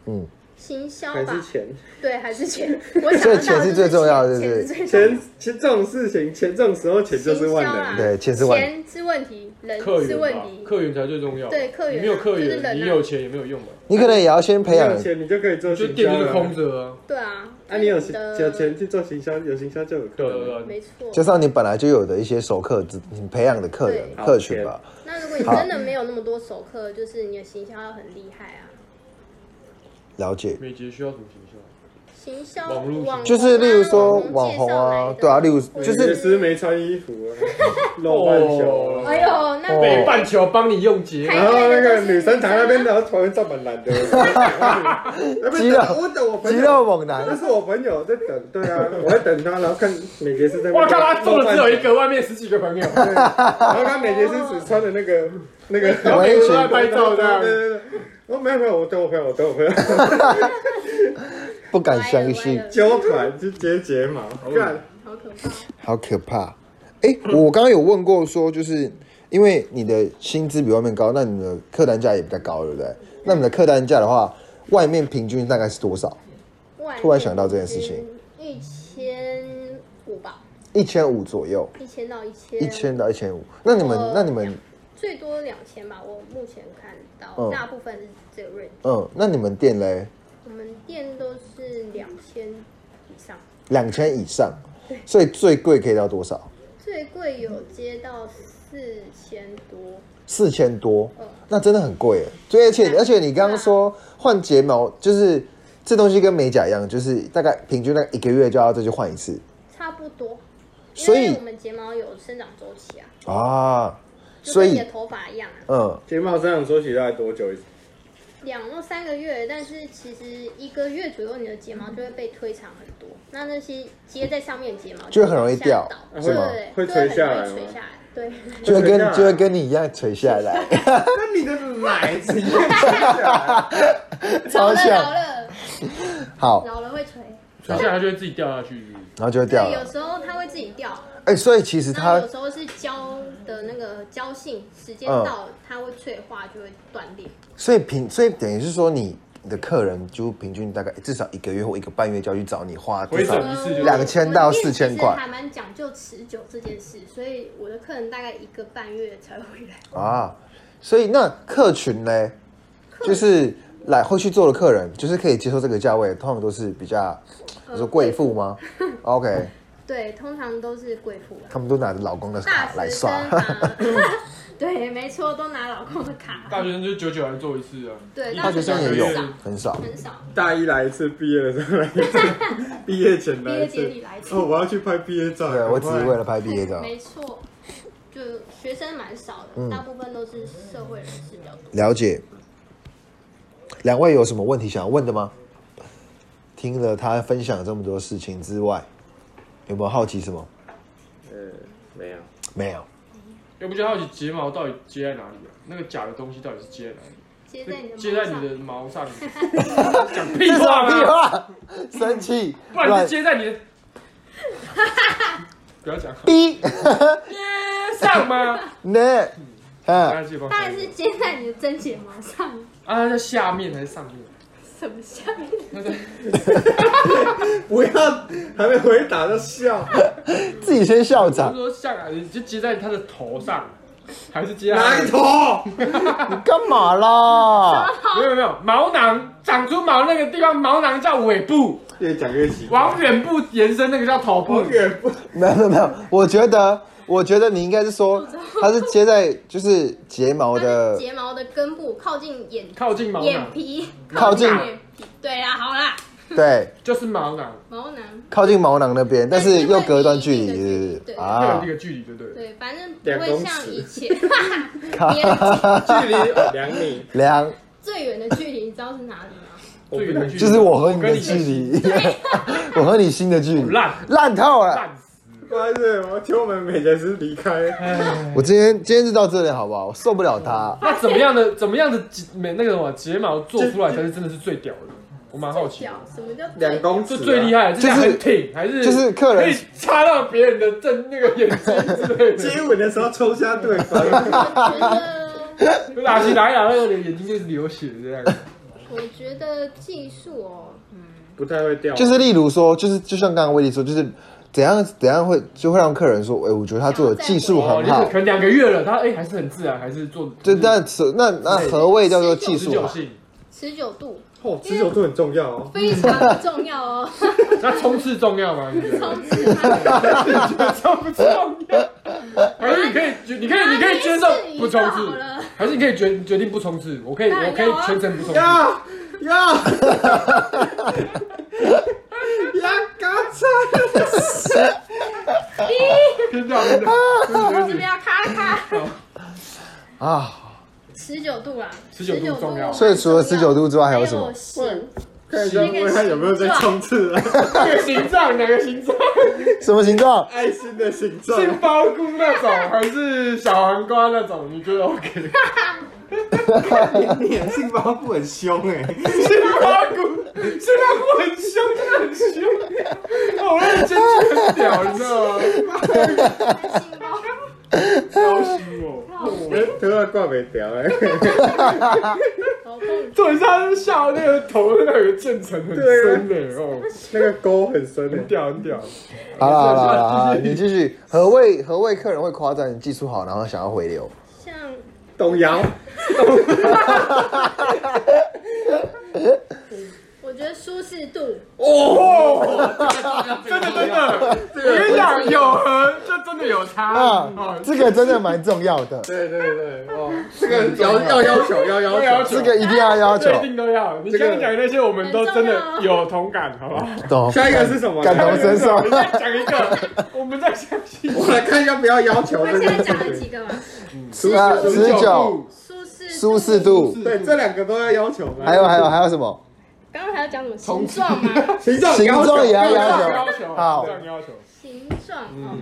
[SPEAKER 1] 嗯，
[SPEAKER 5] 行销
[SPEAKER 6] 还是
[SPEAKER 5] 吧，
[SPEAKER 6] 钱？
[SPEAKER 5] 对，还
[SPEAKER 1] (laughs)
[SPEAKER 5] 是钱。我
[SPEAKER 1] 所以
[SPEAKER 5] 想到
[SPEAKER 1] 钱
[SPEAKER 5] 就是
[SPEAKER 1] 最重要的
[SPEAKER 5] 钱
[SPEAKER 1] 对不
[SPEAKER 5] 钱是最重要
[SPEAKER 6] 钱钱这种事情，钱这种时候钱就是万
[SPEAKER 5] 行销啊
[SPEAKER 6] 能的。
[SPEAKER 1] 对，钱是
[SPEAKER 5] 的。
[SPEAKER 1] 万
[SPEAKER 5] 钱是问题，人
[SPEAKER 3] 客
[SPEAKER 5] 是
[SPEAKER 3] 源
[SPEAKER 5] 问
[SPEAKER 3] 吧
[SPEAKER 5] 题，。
[SPEAKER 3] 客源才最重要。
[SPEAKER 5] 对客源
[SPEAKER 3] 你
[SPEAKER 5] 啊
[SPEAKER 3] 没有客
[SPEAKER 5] 就是人啊
[SPEAKER 3] 源，你有钱也没有用嘛，
[SPEAKER 1] 你可能也要先培
[SPEAKER 6] 你
[SPEAKER 1] 养
[SPEAKER 6] 有，钱你就可以做
[SPEAKER 3] 就
[SPEAKER 6] 行
[SPEAKER 3] 店
[SPEAKER 6] 销
[SPEAKER 3] 就是空
[SPEAKER 6] 了。
[SPEAKER 3] 着啊。
[SPEAKER 5] 对啊，
[SPEAKER 6] 啊，你有
[SPEAKER 5] 就是
[SPEAKER 6] 行
[SPEAKER 5] 的
[SPEAKER 6] 有钱去做行销，有行销就有客
[SPEAKER 3] 对
[SPEAKER 6] 人。
[SPEAKER 3] 对对，
[SPEAKER 5] 没错。
[SPEAKER 1] 加上你本来就有的一些熟客，你培养的客人
[SPEAKER 6] 对
[SPEAKER 1] 客群吧。
[SPEAKER 5] 那如果你真的没有那么多熟客，就是你的行销要很厉害啊。
[SPEAKER 1] 了解，
[SPEAKER 3] 美睫需要什么形象？
[SPEAKER 5] 行销
[SPEAKER 3] 网络
[SPEAKER 5] 网啊
[SPEAKER 1] 就是例如说
[SPEAKER 5] 网
[SPEAKER 1] 网红啊
[SPEAKER 5] 介绍来，的
[SPEAKER 1] 对啊，例如
[SPEAKER 6] 美
[SPEAKER 1] 就
[SPEAKER 6] 睫
[SPEAKER 1] 是
[SPEAKER 6] 师没穿衣
[SPEAKER 3] (laughs)
[SPEAKER 6] 服啊，露半球啊。
[SPEAKER 3] 哦
[SPEAKER 5] 哎呦，那
[SPEAKER 1] 哦
[SPEAKER 3] 北半球帮你用睫毛。
[SPEAKER 6] 然后那个女生躺那边，然后头上蛮懒的，那边等我等我朋
[SPEAKER 1] 肌
[SPEAKER 6] 友
[SPEAKER 1] 肉，猛
[SPEAKER 6] 那
[SPEAKER 1] 男，
[SPEAKER 6] 是我朋友在等，对啊，我在等他，然后看美杰斯在，
[SPEAKER 3] 我靠，他中的只有一，个，外面十几个朋友，
[SPEAKER 6] 对，然后他美杰斯只穿的那个那个，
[SPEAKER 3] 然后每个都在拍照这
[SPEAKER 6] 对
[SPEAKER 3] 样。
[SPEAKER 6] 对对，我没有没有，我等我朋友，我等我朋友，
[SPEAKER 1] 不敢相信，
[SPEAKER 6] 揪团去接睫毛，看
[SPEAKER 5] 啊好可怕。
[SPEAKER 1] 好可怕。哎，我刚刚有问过说，就是因为你的薪资比外面高，那你的客单价也比较高，对不对？那你的客单价的话，外面平均大概是多少？突然想到这件事情，
[SPEAKER 5] 一千五吧，
[SPEAKER 1] 一千五左右，
[SPEAKER 5] 一千到一千，
[SPEAKER 1] 一千到一千五。那你们
[SPEAKER 5] 呃，
[SPEAKER 1] 那你们，
[SPEAKER 5] 最多两千吧。我目前看
[SPEAKER 1] 嗯
[SPEAKER 5] 到大部分是这个 range，
[SPEAKER 1] 嗯，那你们店嘞？
[SPEAKER 5] 我们店都是两千以上，
[SPEAKER 1] 两千以上，所以最贵可以到多少？
[SPEAKER 5] 最贵有接到四千多，
[SPEAKER 1] 四千多
[SPEAKER 5] 嗯，
[SPEAKER 1] 那真的很贵耶。对，啊而且而且你刚刚说换睫毛，就是这东西跟美甲一样，就是大概平均大概一个月就要再去换一次
[SPEAKER 5] 差不多。
[SPEAKER 1] 所以
[SPEAKER 5] 因为我们睫毛有生长周期啊，
[SPEAKER 1] 啊。
[SPEAKER 5] 就
[SPEAKER 1] 所
[SPEAKER 5] 跟你
[SPEAKER 1] 以
[SPEAKER 5] 的，头发一样啊，
[SPEAKER 1] 嗯，
[SPEAKER 6] 睫毛生长周期大概多久一次？
[SPEAKER 5] 两到三个月，但是其实一个月左右，你的睫毛就会被推长很多，那那些接在上面的睫毛
[SPEAKER 1] 就会很容易掉
[SPEAKER 5] 往
[SPEAKER 1] 是
[SPEAKER 5] 下
[SPEAKER 1] 吗
[SPEAKER 5] 倒对，
[SPEAKER 6] 会
[SPEAKER 5] 就
[SPEAKER 6] 垂
[SPEAKER 5] 很
[SPEAKER 6] 下
[SPEAKER 5] 容易
[SPEAKER 6] 来
[SPEAKER 5] 垂
[SPEAKER 6] 吗
[SPEAKER 5] 下来，对，
[SPEAKER 1] 就会跟
[SPEAKER 5] 啊
[SPEAKER 6] 垂下来
[SPEAKER 1] 就会跟你一样垂下来，
[SPEAKER 5] (laughs)
[SPEAKER 6] 那你的奶直接垂下来，
[SPEAKER 1] 超
[SPEAKER 5] 老
[SPEAKER 1] 像。
[SPEAKER 5] 了
[SPEAKER 1] 好，
[SPEAKER 5] 老了会垂，
[SPEAKER 3] 接下来就会自己掉下去。
[SPEAKER 1] 然后就会掉
[SPEAKER 5] 对，有
[SPEAKER 1] 了。
[SPEAKER 5] 时候它会自己掉，
[SPEAKER 1] 哎，所以其实
[SPEAKER 5] 然后
[SPEAKER 1] 它
[SPEAKER 5] 有时候是胶的那个胶性时间到，它会脆化，就会断裂。
[SPEAKER 1] 所以平，所以等于是说你，你的客人就平均大概哎至少一个月或一个半月就要去找你花多
[SPEAKER 7] 回
[SPEAKER 1] 少
[SPEAKER 7] 诊？一次就
[SPEAKER 1] 两千到
[SPEAKER 5] 我的店
[SPEAKER 1] 4000
[SPEAKER 5] 其实
[SPEAKER 1] 块
[SPEAKER 5] 还蛮讲究持久这件事，所以我的客人大概一个半月才回来。
[SPEAKER 1] 啊，所以那客群呢，就是来会去做的客人，就是可以接受这个价位，通常都是比较，
[SPEAKER 5] 呃
[SPEAKER 1] 你说贵妇吗
[SPEAKER 5] (laughs)
[SPEAKER 1] ？OK，
[SPEAKER 5] 对，通常都是贵妇啊，
[SPEAKER 1] 他们都拿着老公的
[SPEAKER 5] 大
[SPEAKER 1] 卡来
[SPEAKER 5] 学生
[SPEAKER 1] 刷，
[SPEAKER 5] 啊， (laughs) 对，没错，都拿老公的卡，
[SPEAKER 3] (laughs) 大学生就久久来做一次啊，
[SPEAKER 5] 对，
[SPEAKER 1] 大学生也有
[SPEAKER 5] 很少，
[SPEAKER 1] 很少。
[SPEAKER 5] 很少。
[SPEAKER 6] 大一来一次，毕业的时候来一次，毕业前
[SPEAKER 5] 毕
[SPEAKER 6] 来一
[SPEAKER 5] 业典
[SPEAKER 6] 次。
[SPEAKER 5] 礼来一次
[SPEAKER 6] (laughs) 哦，，我要去拍毕业照。
[SPEAKER 1] 对，我只
[SPEAKER 6] 赶
[SPEAKER 1] 是嗯
[SPEAKER 6] 快
[SPEAKER 1] 为了拍毕业照。
[SPEAKER 5] 没错，就学生蛮少的，大部分都是社会人士比较多。
[SPEAKER 1] 了解。两位有什么问题想要问的吗？听了他分享这么多事情之外，有没有好奇什么？
[SPEAKER 6] 呃，没有，
[SPEAKER 1] 没有。
[SPEAKER 3] 要不就好奇睫毛到底接在哪里啊？那个假的东西到底是接在哪里？
[SPEAKER 5] 接在你
[SPEAKER 3] 接
[SPEAKER 5] 的毛
[SPEAKER 3] 在
[SPEAKER 5] 上
[SPEAKER 3] 你的毛上，
[SPEAKER 5] (laughs)
[SPEAKER 3] 讲屁话
[SPEAKER 1] 屁
[SPEAKER 3] 吗？
[SPEAKER 1] 话，生气，
[SPEAKER 3] 不然就接在你
[SPEAKER 5] (laughs)
[SPEAKER 3] 的，不要讲了，
[SPEAKER 1] 逼
[SPEAKER 3] 接上吗？
[SPEAKER 1] 呢？啊，
[SPEAKER 3] 啊，这个
[SPEAKER 5] 当然是接在你的真睫毛上，
[SPEAKER 3] 啊，在下面还是上面？
[SPEAKER 5] 什么下面？
[SPEAKER 3] 那在
[SPEAKER 6] 不要，还没回答就笑，
[SPEAKER 1] 自己先校
[SPEAKER 3] 我是
[SPEAKER 1] 长，
[SPEAKER 3] 说下来你就接在他的头上，还是接在他
[SPEAKER 6] 哪
[SPEAKER 3] 的
[SPEAKER 6] 个头？
[SPEAKER 1] 你干嘛啦？
[SPEAKER 3] 没有没有，毛囊长出毛那个地方，毛囊叫尾部，
[SPEAKER 6] 越讲越奇怪。
[SPEAKER 3] 往远部延伸那个叫头部
[SPEAKER 6] 好。远不？
[SPEAKER 1] 没有没有没有，我觉得，我觉得你应该是说，它是接在就是睫毛
[SPEAKER 5] 它是
[SPEAKER 1] 的，
[SPEAKER 5] 睫毛的根部靠近眼
[SPEAKER 3] 靠近毛
[SPEAKER 5] 眼
[SPEAKER 3] 囊
[SPEAKER 5] 皮，
[SPEAKER 1] 靠近
[SPEAKER 5] 眼皮。对啊，好啦，
[SPEAKER 1] 对，
[SPEAKER 3] 就是毛囊，
[SPEAKER 5] 毛囊。
[SPEAKER 1] 靠近毛囊那边，但是又隔一段距离
[SPEAKER 5] 对对
[SPEAKER 1] 是不
[SPEAKER 5] 对
[SPEAKER 1] 是
[SPEAKER 3] 会有
[SPEAKER 1] 啊
[SPEAKER 3] 这。个距离，对不对？
[SPEAKER 5] 对，反正不
[SPEAKER 6] 两
[SPEAKER 5] 会
[SPEAKER 6] 公
[SPEAKER 5] 像
[SPEAKER 6] 尺
[SPEAKER 5] 以
[SPEAKER 6] (laughs)
[SPEAKER 5] 前，连
[SPEAKER 6] 距离哦两米，
[SPEAKER 1] 量
[SPEAKER 5] 最远的距离你知道是哪里吗？
[SPEAKER 3] 最远的距离
[SPEAKER 1] (laughs) 就是我和你
[SPEAKER 3] 跟
[SPEAKER 1] 的
[SPEAKER 3] 你
[SPEAKER 1] 距离， (laughs) 我和你心的距离，
[SPEAKER 3] 烂
[SPEAKER 1] 烂透了。
[SPEAKER 3] 烂死。
[SPEAKER 6] 妈的！我听我们美睫师离开，
[SPEAKER 1] 我今天今天就到这里好不好？我受不了他。
[SPEAKER 3] 那怎么样的怎么样的睫没那个什么睫毛做出来才是真的是最屌的？我蛮好奇的，
[SPEAKER 5] 脚什么叫最
[SPEAKER 6] 两公尺
[SPEAKER 3] 是
[SPEAKER 6] 啊，
[SPEAKER 3] 最厉害的，
[SPEAKER 1] 就是
[SPEAKER 3] 是很挺还是
[SPEAKER 1] 就是客人
[SPEAKER 3] 可以插到别人的正那个眼睛之类
[SPEAKER 6] 接
[SPEAKER 3] 的，
[SPEAKER 6] 吻的时候抽瞎对方，
[SPEAKER 5] 我觉得，
[SPEAKER 3] 就打起来啊，那个眼睛就是流血这 (laughs) 样。
[SPEAKER 5] 我觉得技术哦，
[SPEAKER 6] 不太会掉。
[SPEAKER 1] 就是例如说，就是就像刚刚威力说，就是怎样怎样会就会让客人说，哎、我觉得他做的技术很
[SPEAKER 3] 哦，就是
[SPEAKER 1] 好
[SPEAKER 3] 可。能两个月了，他哎还是很自然，还是做嗯
[SPEAKER 1] 就但是那那何谓叫做技
[SPEAKER 3] 持
[SPEAKER 1] 术
[SPEAKER 3] 久
[SPEAKER 1] 好？
[SPEAKER 3] 性。
[SPEAKER 5] 持久度
[SPEAKER 6] 哦，持久度很重要哦。
[SPEAKER 5] 非常重要
[SPEAKER 6] (laughs)
[SPEAKER 5] 哦。 (laughs)
[SPEAKER 3] 那冲刺重要吗？你觉得
[SPEAKER 5] 冲刺它，
[SPEAKER 3] 冲不重要？还是你可以决，你可以，你可以接受不冲
[SPEAKER 5] 拿捏适宜就好
[SPEAKER 3] 刺，
[SPEAKER 5] 了。
[SPEAKER 3] 还是你可以决决定不冲刺？我可以，
[SPEAKER 5] 当然
[SPEAKER 3] 我可以
[SPEAKER 5] 要啊
[SPEAKER 3] 全程不冲刺。
[SPEAKER 6] 呀呀呀！嘎嚓！
[SPEAKER 3] 听到听到，
[SPEAKER 5] 这边要咔咔，
[SPEAKER 1] 啊！
[SPEAKER 5] 持久度啦，
[SPEAKER 3] 持久度重要
[SPEAKER 1] 所以除了持久度之外还有什么？
[SPEAKER 5] 形
[SPEAKER 6] 看一下问他有没有在冲刺啊？
[SPEAKER 3] 哪个形状？哪个 (laughs) 形状？
[SPEAKER 1] 什么形状？
[SPEAKER 6] 爱心的形 (laughs) 状，
[SPEAKER 3] 是包菇那种，还是小黄瓜那种？你觉得 OK？
[SPEAKER 6] 你的杏鲍菇很凶哎、
[SPEAKER 3] 杏鲍菇，杏鲍菇很凶，真的很凶。哦，那个真的很屌，你知道吗？超凶哦！
[SPEAKER 6] 欸，头发挂袂掉哎、
[SPEAKER 3] 对，他笑那个头那个渐层很深的哦，
[SPEAKER 6] 那个沟很深哎、
[SPEAKER 3] 很屌很屌。
[SPEAKER 1] 好了好了好了，好啦你继续。何谓何谓客人会夸赞你技术好，然后想要回流？
[SPEAKER 5] 像
[SPEAKER 6] 动摇，
[SPEAKER 5] 我觉得舒适度，
[SPEAKER 3] 真的真的，我跟你讲，有和就真的有差
[SPEAKER 1] 啊
[SPEAKER 3] 哦，。
[SPEAKER 1] 这个真的蛮重要的，
[SPEAKER 6] 对对对，哦，这个要要要求，要
[SPEAKER 3] 都要
[SPEAKER 6] 要求。
[SPEAKER 3] 求
[SPEAKER 1] 这个一定要要求
[SPEAKER 3] 这。一定都要。你刚刚讲的那些，我们都真的有同感，好不好？
[SPEAKER 1] 懂？
[SPEAKER 6] 下一个是什么？
[SPEAKER 1] 感同身受
[SPEAKER 3] 我再讲一个，我们再相信。
[SPEAKER 6] 我来看一下，不要要求
[SPEAKER 5] 他
[SPEAKER 6] 这
[SPEAKER 5] 现在
[SPEAKER 6] 个。
[SPEAKER 5] 讲了几个嘛？
[SPEAKER 1] 啊，持久、
[SPEAKER 5] 舒适度
[SPEAKER 1] 舒适，度，
[SPEAKER 6] 对，这两个都要要求吗？
[SPEAKER 1] 还有还有还有什么？
[SPEAKER 5] 刚刚还要讲什么形状吗？
[SPEAKER 1] (laughs)
[SPEAKER 6] 形状，
[SPEAKER 1] 形状也要
[SPEAKER 3] 这
[SPEAKER 1] 要
[SPEAKER 3] 样
[SPEAKER 1] 求。
[SPEAKER 3] 要求，
[SPEAKER 1] 好
[SPEAKER 3] 这样要求。
[SPEAKER 5] 形状，哦，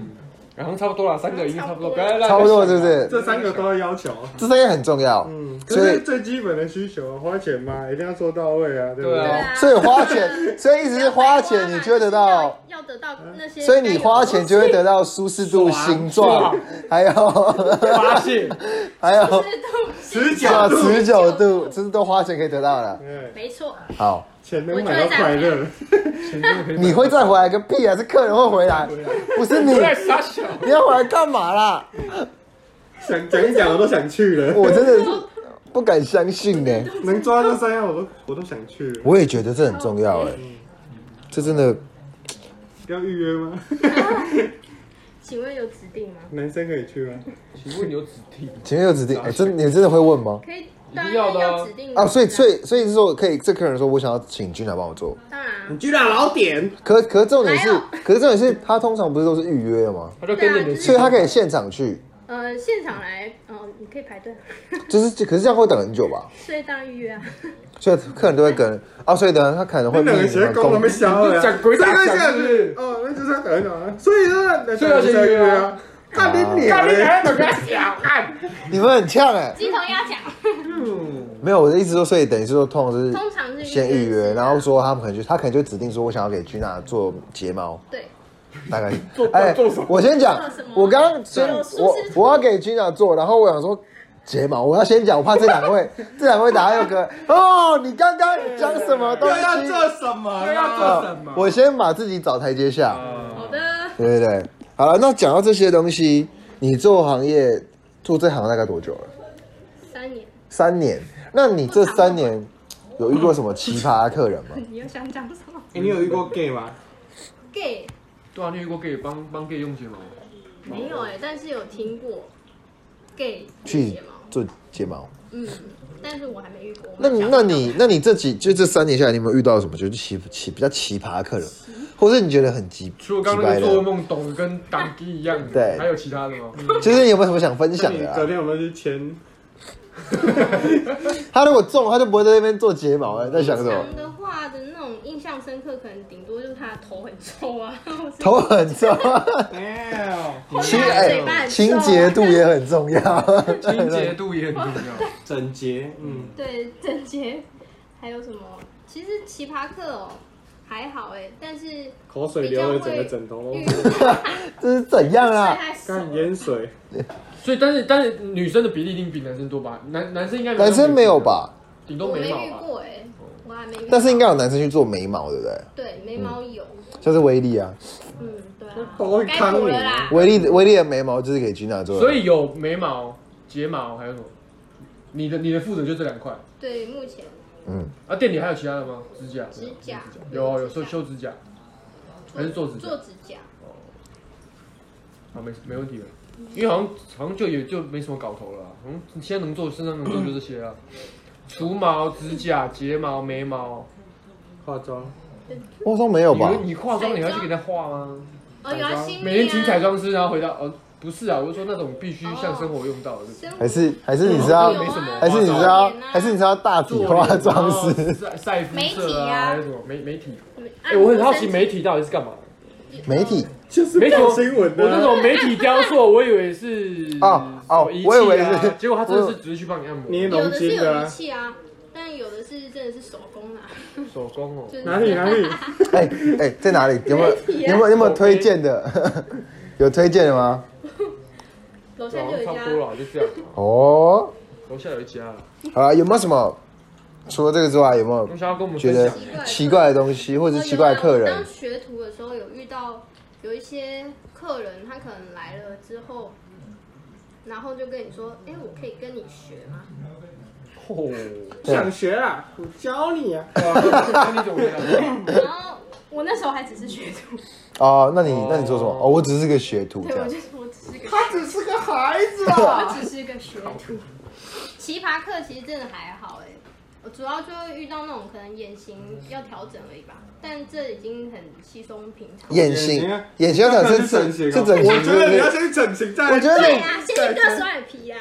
[SPEAKER 3] 然后差不多了，三个已经差不多，不要再
[SPEAKER 1] 差不多是不？是？
[SPEAKER 2] 这三个都要要求。
[SPEAKER 1] 这三个很重要，
[SPEAKER 2] 嗯，这
[SPEAKER 1] 所以
[SPEAKER 2] 是最基本的需求，花钱嘛，一定要做到位啊，对不
[SPEAKER 3] 对
[SPEAKER 2] 对？
[SPEAKER 3] 啊，
[SPEAKER 1] 所以花 (laughs) 钱，所以一直是花钱，你就会得到，
[SPEAKER 5] 要得到那些，
[SPEAKER 1] 所以你花钱就会得到舒适度、形状，还有
[SPEAKER 3] 发泄，
[SPEAKER 1] 还 (laughs) 有
[SPEAKER 2] 持久
[SPEAKER 1] 啊
[SPEAKER 2] 度，
[SPEAKER 1] 持久度，这是都花钱可以得到的。
[SPEAKER 2] 对，
[SPEAKER 5] 没错，
[SPEAKER 1] 好，
[SPEAKER 2] 钱能买到快乐，
[SPEAKER 1] 你会再回来个屁啊！是客人会回来，不是你，
[SPEAKER 3] 不要傻笑。
[SPEAKER 1] 你要回来干嘛啦？
[SPEAKER 2] 想讲一讲我都想去
[SPEAKER 1] (laughs)
[SPEAKER 2] 了，
[SPEAKER 1] 我真的是不敢相信呢、
[SPEAKER 2] 能抓到三样我都我都想去了，
[SPEAKER 1] 我也觉得这很重要哎、这真的
[SPEAKER 2] 要预约吗？
[SPEAKER 5] 请问有指定吗？
[SPEAKER 3] 嗯
[SPEAKER 2] 男生可以去吗？
[SPEAKER 3] 请问有指定？
[SPEAKER 1] 前面有指
[SPEAKER 2] 啊
[SPEAKER 1] 定，哎真你们真的会问吗？
[SPEAKER 5] 可以，
[SPEAKER 3] 一
[SPEAKER 5] 当
[SPEAKER 3] 定
[SPEAKER 5] 然
[SPEAKER 3] 要的啊
[SPEAKER 5] 要指定
[SPEAKER 1] 啊，所以
[SPEAKER 5] 最
[SPEAKER 1] 所以所以是说可以，这客人说我想要请君来帮我做，
[SPEAKER 5] 当然啊
[SPEAKER 2] 你居然老点，
[SPEAKER 1] 可可重点是
[SPEAKER 5] 来哦，
[SPEAKER 1] 可是重点是他通常不是都是预约的吗？
[SPEAKER 3] 他就跟着你的
[SPEAKER 1] 所以他可以现场去，
[SPEAKER 5] 呃，现场来，嗯，你可以排队， (laughs)
[SPEAKER 1] 就是可是这样会等很久吧？
[SPEAKER 5] 所以当然预约啊。
[SPEAKER 1] 所以客人都会跟啊，所以等下他可能会
[SPEAKER 2] 那两个
[SPEAKER 1] 命你
[SPEAKER 2] 鞋
[SPEAKER 1] 们
[SPEAKER 2] 工都
[SPEAKER 1] 工
[SPEAKER 2] 没消了，
[SPEAKER 5] 啊
[SPEAKER 3] 讲鬼打
[SPEAKER 2] 这个
[SPEAKER 3] 墙
[SPEAKER 2] 像
[SPEAKER 3] 是不是
[SPEAKER 2] 哦，那就是要等一等啊，所以呢，
[SPEAKER 3] 所以要先
[SPEAKER 2] 那
[SPEAKER 3] 预约啊
[SPEAKER 2] 啊，看你脸
[SPEAKER 3] 干你
[SPEAKER 2] 嘞，
[SPEAKER 3] 娘的，别想看。
[SPEAKER 1] 你们很呛哎、
[SPEAKER 5] 鸡同鸭讲，
[SPEAKER 1] 没有，我的意思说，所以等于是说，通常就是
[SPEAKER 5] 通常是
[SPEAKER 1] 先预
[SPEAKER 5] 是
[SPEAKER 1] 约，
[SPEAKER 5] 啊
[SPEAKER 1] 然后说他们可能就他可能就指定说我想要给君娜做睫毛，
[SPEAKER 5] 对，
[SPEAKER 1] 大概是
[SPEAKER 3] 做
[SPEAKER 1] 哎
[SPEAKER 3] 做什么，
[SPEAKER 1] 我先讲
[SPEAKER 5] 做什么，
[SPEAKER 1] 我刚刚先
[SPEAKER 5] 做舒
[SPEAKER 1] 我
[SPEAKER 5] 适
[SPEAKER 1] 我要给 Gina 做，然后我想说睫毛，我要先讲，我怕这两
[SPEAKER 5] (laughs)
[SPEAKER 1] 位这两位答案又跟哦，你刚刚讲什么东
[SPEAKER 2] 又要
[SPEAKER 1] 西？啊
[SPEAKER 2] 做什么啊
[SPEAKER 3] 又要
[SPEAKER 2] 啦？
[SPEAKER 3] 做
[SPEAKER 1] (laughs)
[SPEAKER 3] 什么？
[SPEAKER 1] 我先把自己找台阶下，
[SPEAKER 5] 好的，
[SPEAKER 1] 对对对。好了，那讲到这些东西，你做行业做这行大概多久了？
[SPEAKER 5] 三年，
[SPEAKER 1] 三年。那你这三年有遇过什么奇葩客
[SPEAKER 5] (laughs)
[SPEAKER 1] 人吗？
[SPEAKER 5] 你又想讲什么
[SPEAKER 2] 哎你有遇过 gay 吗？
[SPEAKER 5] ？gay
[SPEAKER 3] 对啊，你遇过 gay 帮帮 gay 用睫毛？
[SPEAKER 5] 没有哎、但是有听过 gay
[SPEAKER 1] 去
[SPEAKER 5] 睫毛，
[SPEAKER 1] 做睫毛？
[SPEAKER 5] 嗯，但是我还没遇过。
[SPEAKER 1] 那你那你那你这几就这三年下来，你有没有遇到什么就是奇奇比较奇葩的客人，或是你觉得很奇
[SPEAKER 3] 除
[SPEAKER 1] 奇
[SPEAKER 3] 了刚刚那
[SPEAKER 1] 怪
[SPEAKER 3] 个做
[SPEAKER 1] 的？
[SPEAKER 3] 梦懂跟当机一样，
[SPEAKER 1] (laughs) 对
[SPEAKER 3] 还有其他的吗？
[SPEAKER 1] 就是你有没有什么想分
[SPEAKER 2] 那
[SPEAKER 1] 享
[SPEAKER 2] 你
[SPEAKER 1] 的、
[SPEAKER 2] 昨
[SPEAKER 1] 啊？
[SPEAKER 2] 天有没有去签？
[SPEAKER 1] 他如果中，他就不会在那边做睫毛了，在想什么？
[SPEAKER 5] 长的话的那种印象深刻，可能顶多就是他的头很臭啊，或
[SPEAKER 1] (laughs)
[SPEAKER 5] 是
[SPEAKER 1] 头很重，
[SPEAKER 5] (laughs)
[SPEAKER 2] 哎呦，
[SPEAKER 1] 清
[SPEAKER 5] 他的嘴巴
[SPEAKER 1] 哎
[SPEAKER 5] 很臭
[SPEAKER 1] 清
[SPEAKER 5] 啊
[SPEAKER 1] 洁度也很重要。 (laughs)
[SPEAKER 3] 清洁度也很重要。
[SPEAKER 2] 整洁，嗯，
[SPEAKER 5] 对整洁，还有什么？其实奇葩课哦还好哎、但是
[SPEAKER 1] (laughs)
[SPEAKER 2] 口水流了整个枕头
[SPEAKER 5] 遇
[SPEAKER 2] 都，
[SPEAKER 1] 这是怎样
[SPEAKER 5] 到
[SPEAKER 1] 啊？
[SPEAKER 5] 还少
[SPEAKER 2] 干盐水，
[SPEAKER 3] 所以，但是但是女生的比例一定比男生多吧？男男生应该
[SPEAKER 1] 男生没有？吧？
[SPEAKER 3] 顶
[SPEAKER 5] 我
[SPEAKER 3] 多
[SPEAKER 5] 没
[SPEAKER 3] 眉
[SPEAKER 5] 遇
[SPEAKER 3] 毛吧？
[SPEAKER 5] 过哎、我还没遇到。
[SPEAKER 1] 但是应该有男生去做眉毛，对不对？
[SPEAKER 5] 对眉毛有，
[SPEAKER 1] 像是威力啊，
[SPEAKER 5] 嗯，对啊，
[SPEAKER 2] 包会
[SPEAKER 5] 该补
[SPEAKER 2] 康你
[SPEAKER 5] 了。啦。
[SPEAKER 1] 威力威力的眉毛就是给 Gina 做的。
[SPEAKER 3] 所以有眉毛、睫毛还有什么？你的你的负责就这两块。
[SPEAKER 5] 对，目前
[SPEAKER 1] 嗯，
[SPEAKER 3] 啊，店里还有其他的吗？指甲？
[SPEAKER 5] 指甲
[SPEAKER 3] 有有修修指甲，还是做指甲
[SPEAKER 5] 做？指甲，
[SPEAKER 3] 啊，没没问题了，因为好像好像就也就没什么搞头了啊、好像现在能做身上能做就这些啊，除毛、指甲、睫毛、眉毛。
[SPEAKER 2] 化妆，
[SPEAKER 1] 我说没有吧？
[SPEAKER 3] 你你化妆你还要去给他化吗？
[SPEAKER 5] 哦，有啊，新
[SPEAKER 3] 每天请彩
[SPEAKER 5] 啊，
[SPEAKER 3] 妆师，然后回到哦，不是啊，我是说那种必须像生活用到的，
[SPEAKER 5] 生活
[SPEAKER 1] 还是还是你知道
[SPEAKER 3] 啊没什么
[SPEAKER 1] 还是你知
[SPEAKER 5] 化
[SPEAKER 1] 道
[SPEAKER 5] 妆啊，
[SPEAKER 1] 还是你知道大体化妆师？
[SPEAKER 3] 晒哦晒肤色啊，还有什么媒媒体？
[SPEAKER 5] 哎
[SPEAKER 3] 哎，我很好奇媒体到底是干嘛的？
[SPEAKER 1] 媒体
[SPEAKER 2] 就是
[SPEAKER 3] 媒体
[SPEAKER 2] 报新闻
[SPEAKER 3] 我那
[SPEAKER 2] 的啊。
[SPEAKER 3] 种媒体雕塑，我以为是
[SPEAKER 1] 哦
[SPEAKER 3] 什么
[SPEAKER 1] 哦
[SPEAKER 3] 仪
[SPEAKER 1] 我以为
[SPEAKER 3] 器啊
[SPEAKER 1] 是嗯
[SPEAKER 3] 结果他真的是只是去帮你按
[SPEAKER 2] 捏
[SPEAKER 3] 摩，
[SPEAKER 5] 有
[SPEAKER 2] 龙
[SPEAKER 5] 的是
[SPEAKER 2] 筋的
[SPEAKER 5] 有仪
[SPEAKER 2] 啊，
[SPEAKER 5] 器啊，但有的是真的是手工啊，
[SPEAKER 3] 手工哦。
[SPEAKER 5] 就是
[SPEAKER 2] 哪里哪里？
[SPEAKER 1] 哎哎，在哪里？有没有
[SPEAKER 5] 媒体啊
[SPEAKER 1] 有没有有没有
[SPEAKER 3] 口碑
[SPEAKER 1] 推荐的？ (laughs) 有推荐的吗？
[SPEAKER 5] 楼
[SPEAKER 3] 对
[SPEAKER 5] 下
[SPEAKER 3] 啊
[SPEAKER 5] 就有一
[SPEAKER 3] 差
[SPEAKER 5] 家
[SPEAKER 3] 不多了，就这样。啊
[SPEAKER 1] 哦，
[SPEAKER 3] 楼下有一家，
[SPEAKER 1] 好了，有没有什么？除了这个之外，有没有
[SPEAKER 3] 我想要跟我们
[SPEAKER 1] 觉
[SPEAKER 3] 分
[SPEAKER 1] 得
[SPEAKER 5] (laughs)
[SPEAKER 3] 享。
[SPEAKER 1] 奇怪的东西，或者
[SPEAKER 5] 哦
[SPEAKER 1] 是奇怪的客
[SPEAKER 5] 有啊我
[SPEAKER 1] 人
[SPEAKER 5] 当？学徒的时候有遇到有一些客人，他可能来了之后，然后就跟你说：“哎、我可以跟你学吗
[SPEAKER 3] 哦，
[SPEAKER 2] 想学啊，我教你啊。
[SPEAKER 3] 那你怎么回答？？”
[SPEAKER 5] 然后我那时候还只是学徒，
[SPEAKER 1] 哦，那你那你说什么？哦，我只是个学徒这
[SPEAKER 5] 对我
[SPEAKER 1] 样。
[SPEAKER 5] 就是我只是个，
[SPEAKER 2] 他只是个孩子啊。
[SPEAKER 5] 我只是个学徒。奇葩课其实真的还好哎、我主要就会遇到那种可能眼型要调整而已吧，但这已经很稀松平常。
[SPEAKER 1] 眼型
[SPEAKER 2] 眼型啊，
[SPEAKER 1] 眼型要讲是
[SPEAKER 2] 整
[SPEAKER 1] 整
[SPEAKER 2] 形
[SPEAKER 1] 是
[SPEAKER 2] 啊，
[SPEAKER 1] 整形，
[SPEAKER 2] 我觉得你
[SPEAKER 1] 对
[SPEAKER 2] 要
[SPEAKER 1] 不
[SPEAKER 2] 先去整形再。
[SPEAKER 1] 我觉得
[SPEAKER 5] 对
[SPEAKER 1] 你
[SPEAKER 5] 啊，谢谢割双眼皮啊！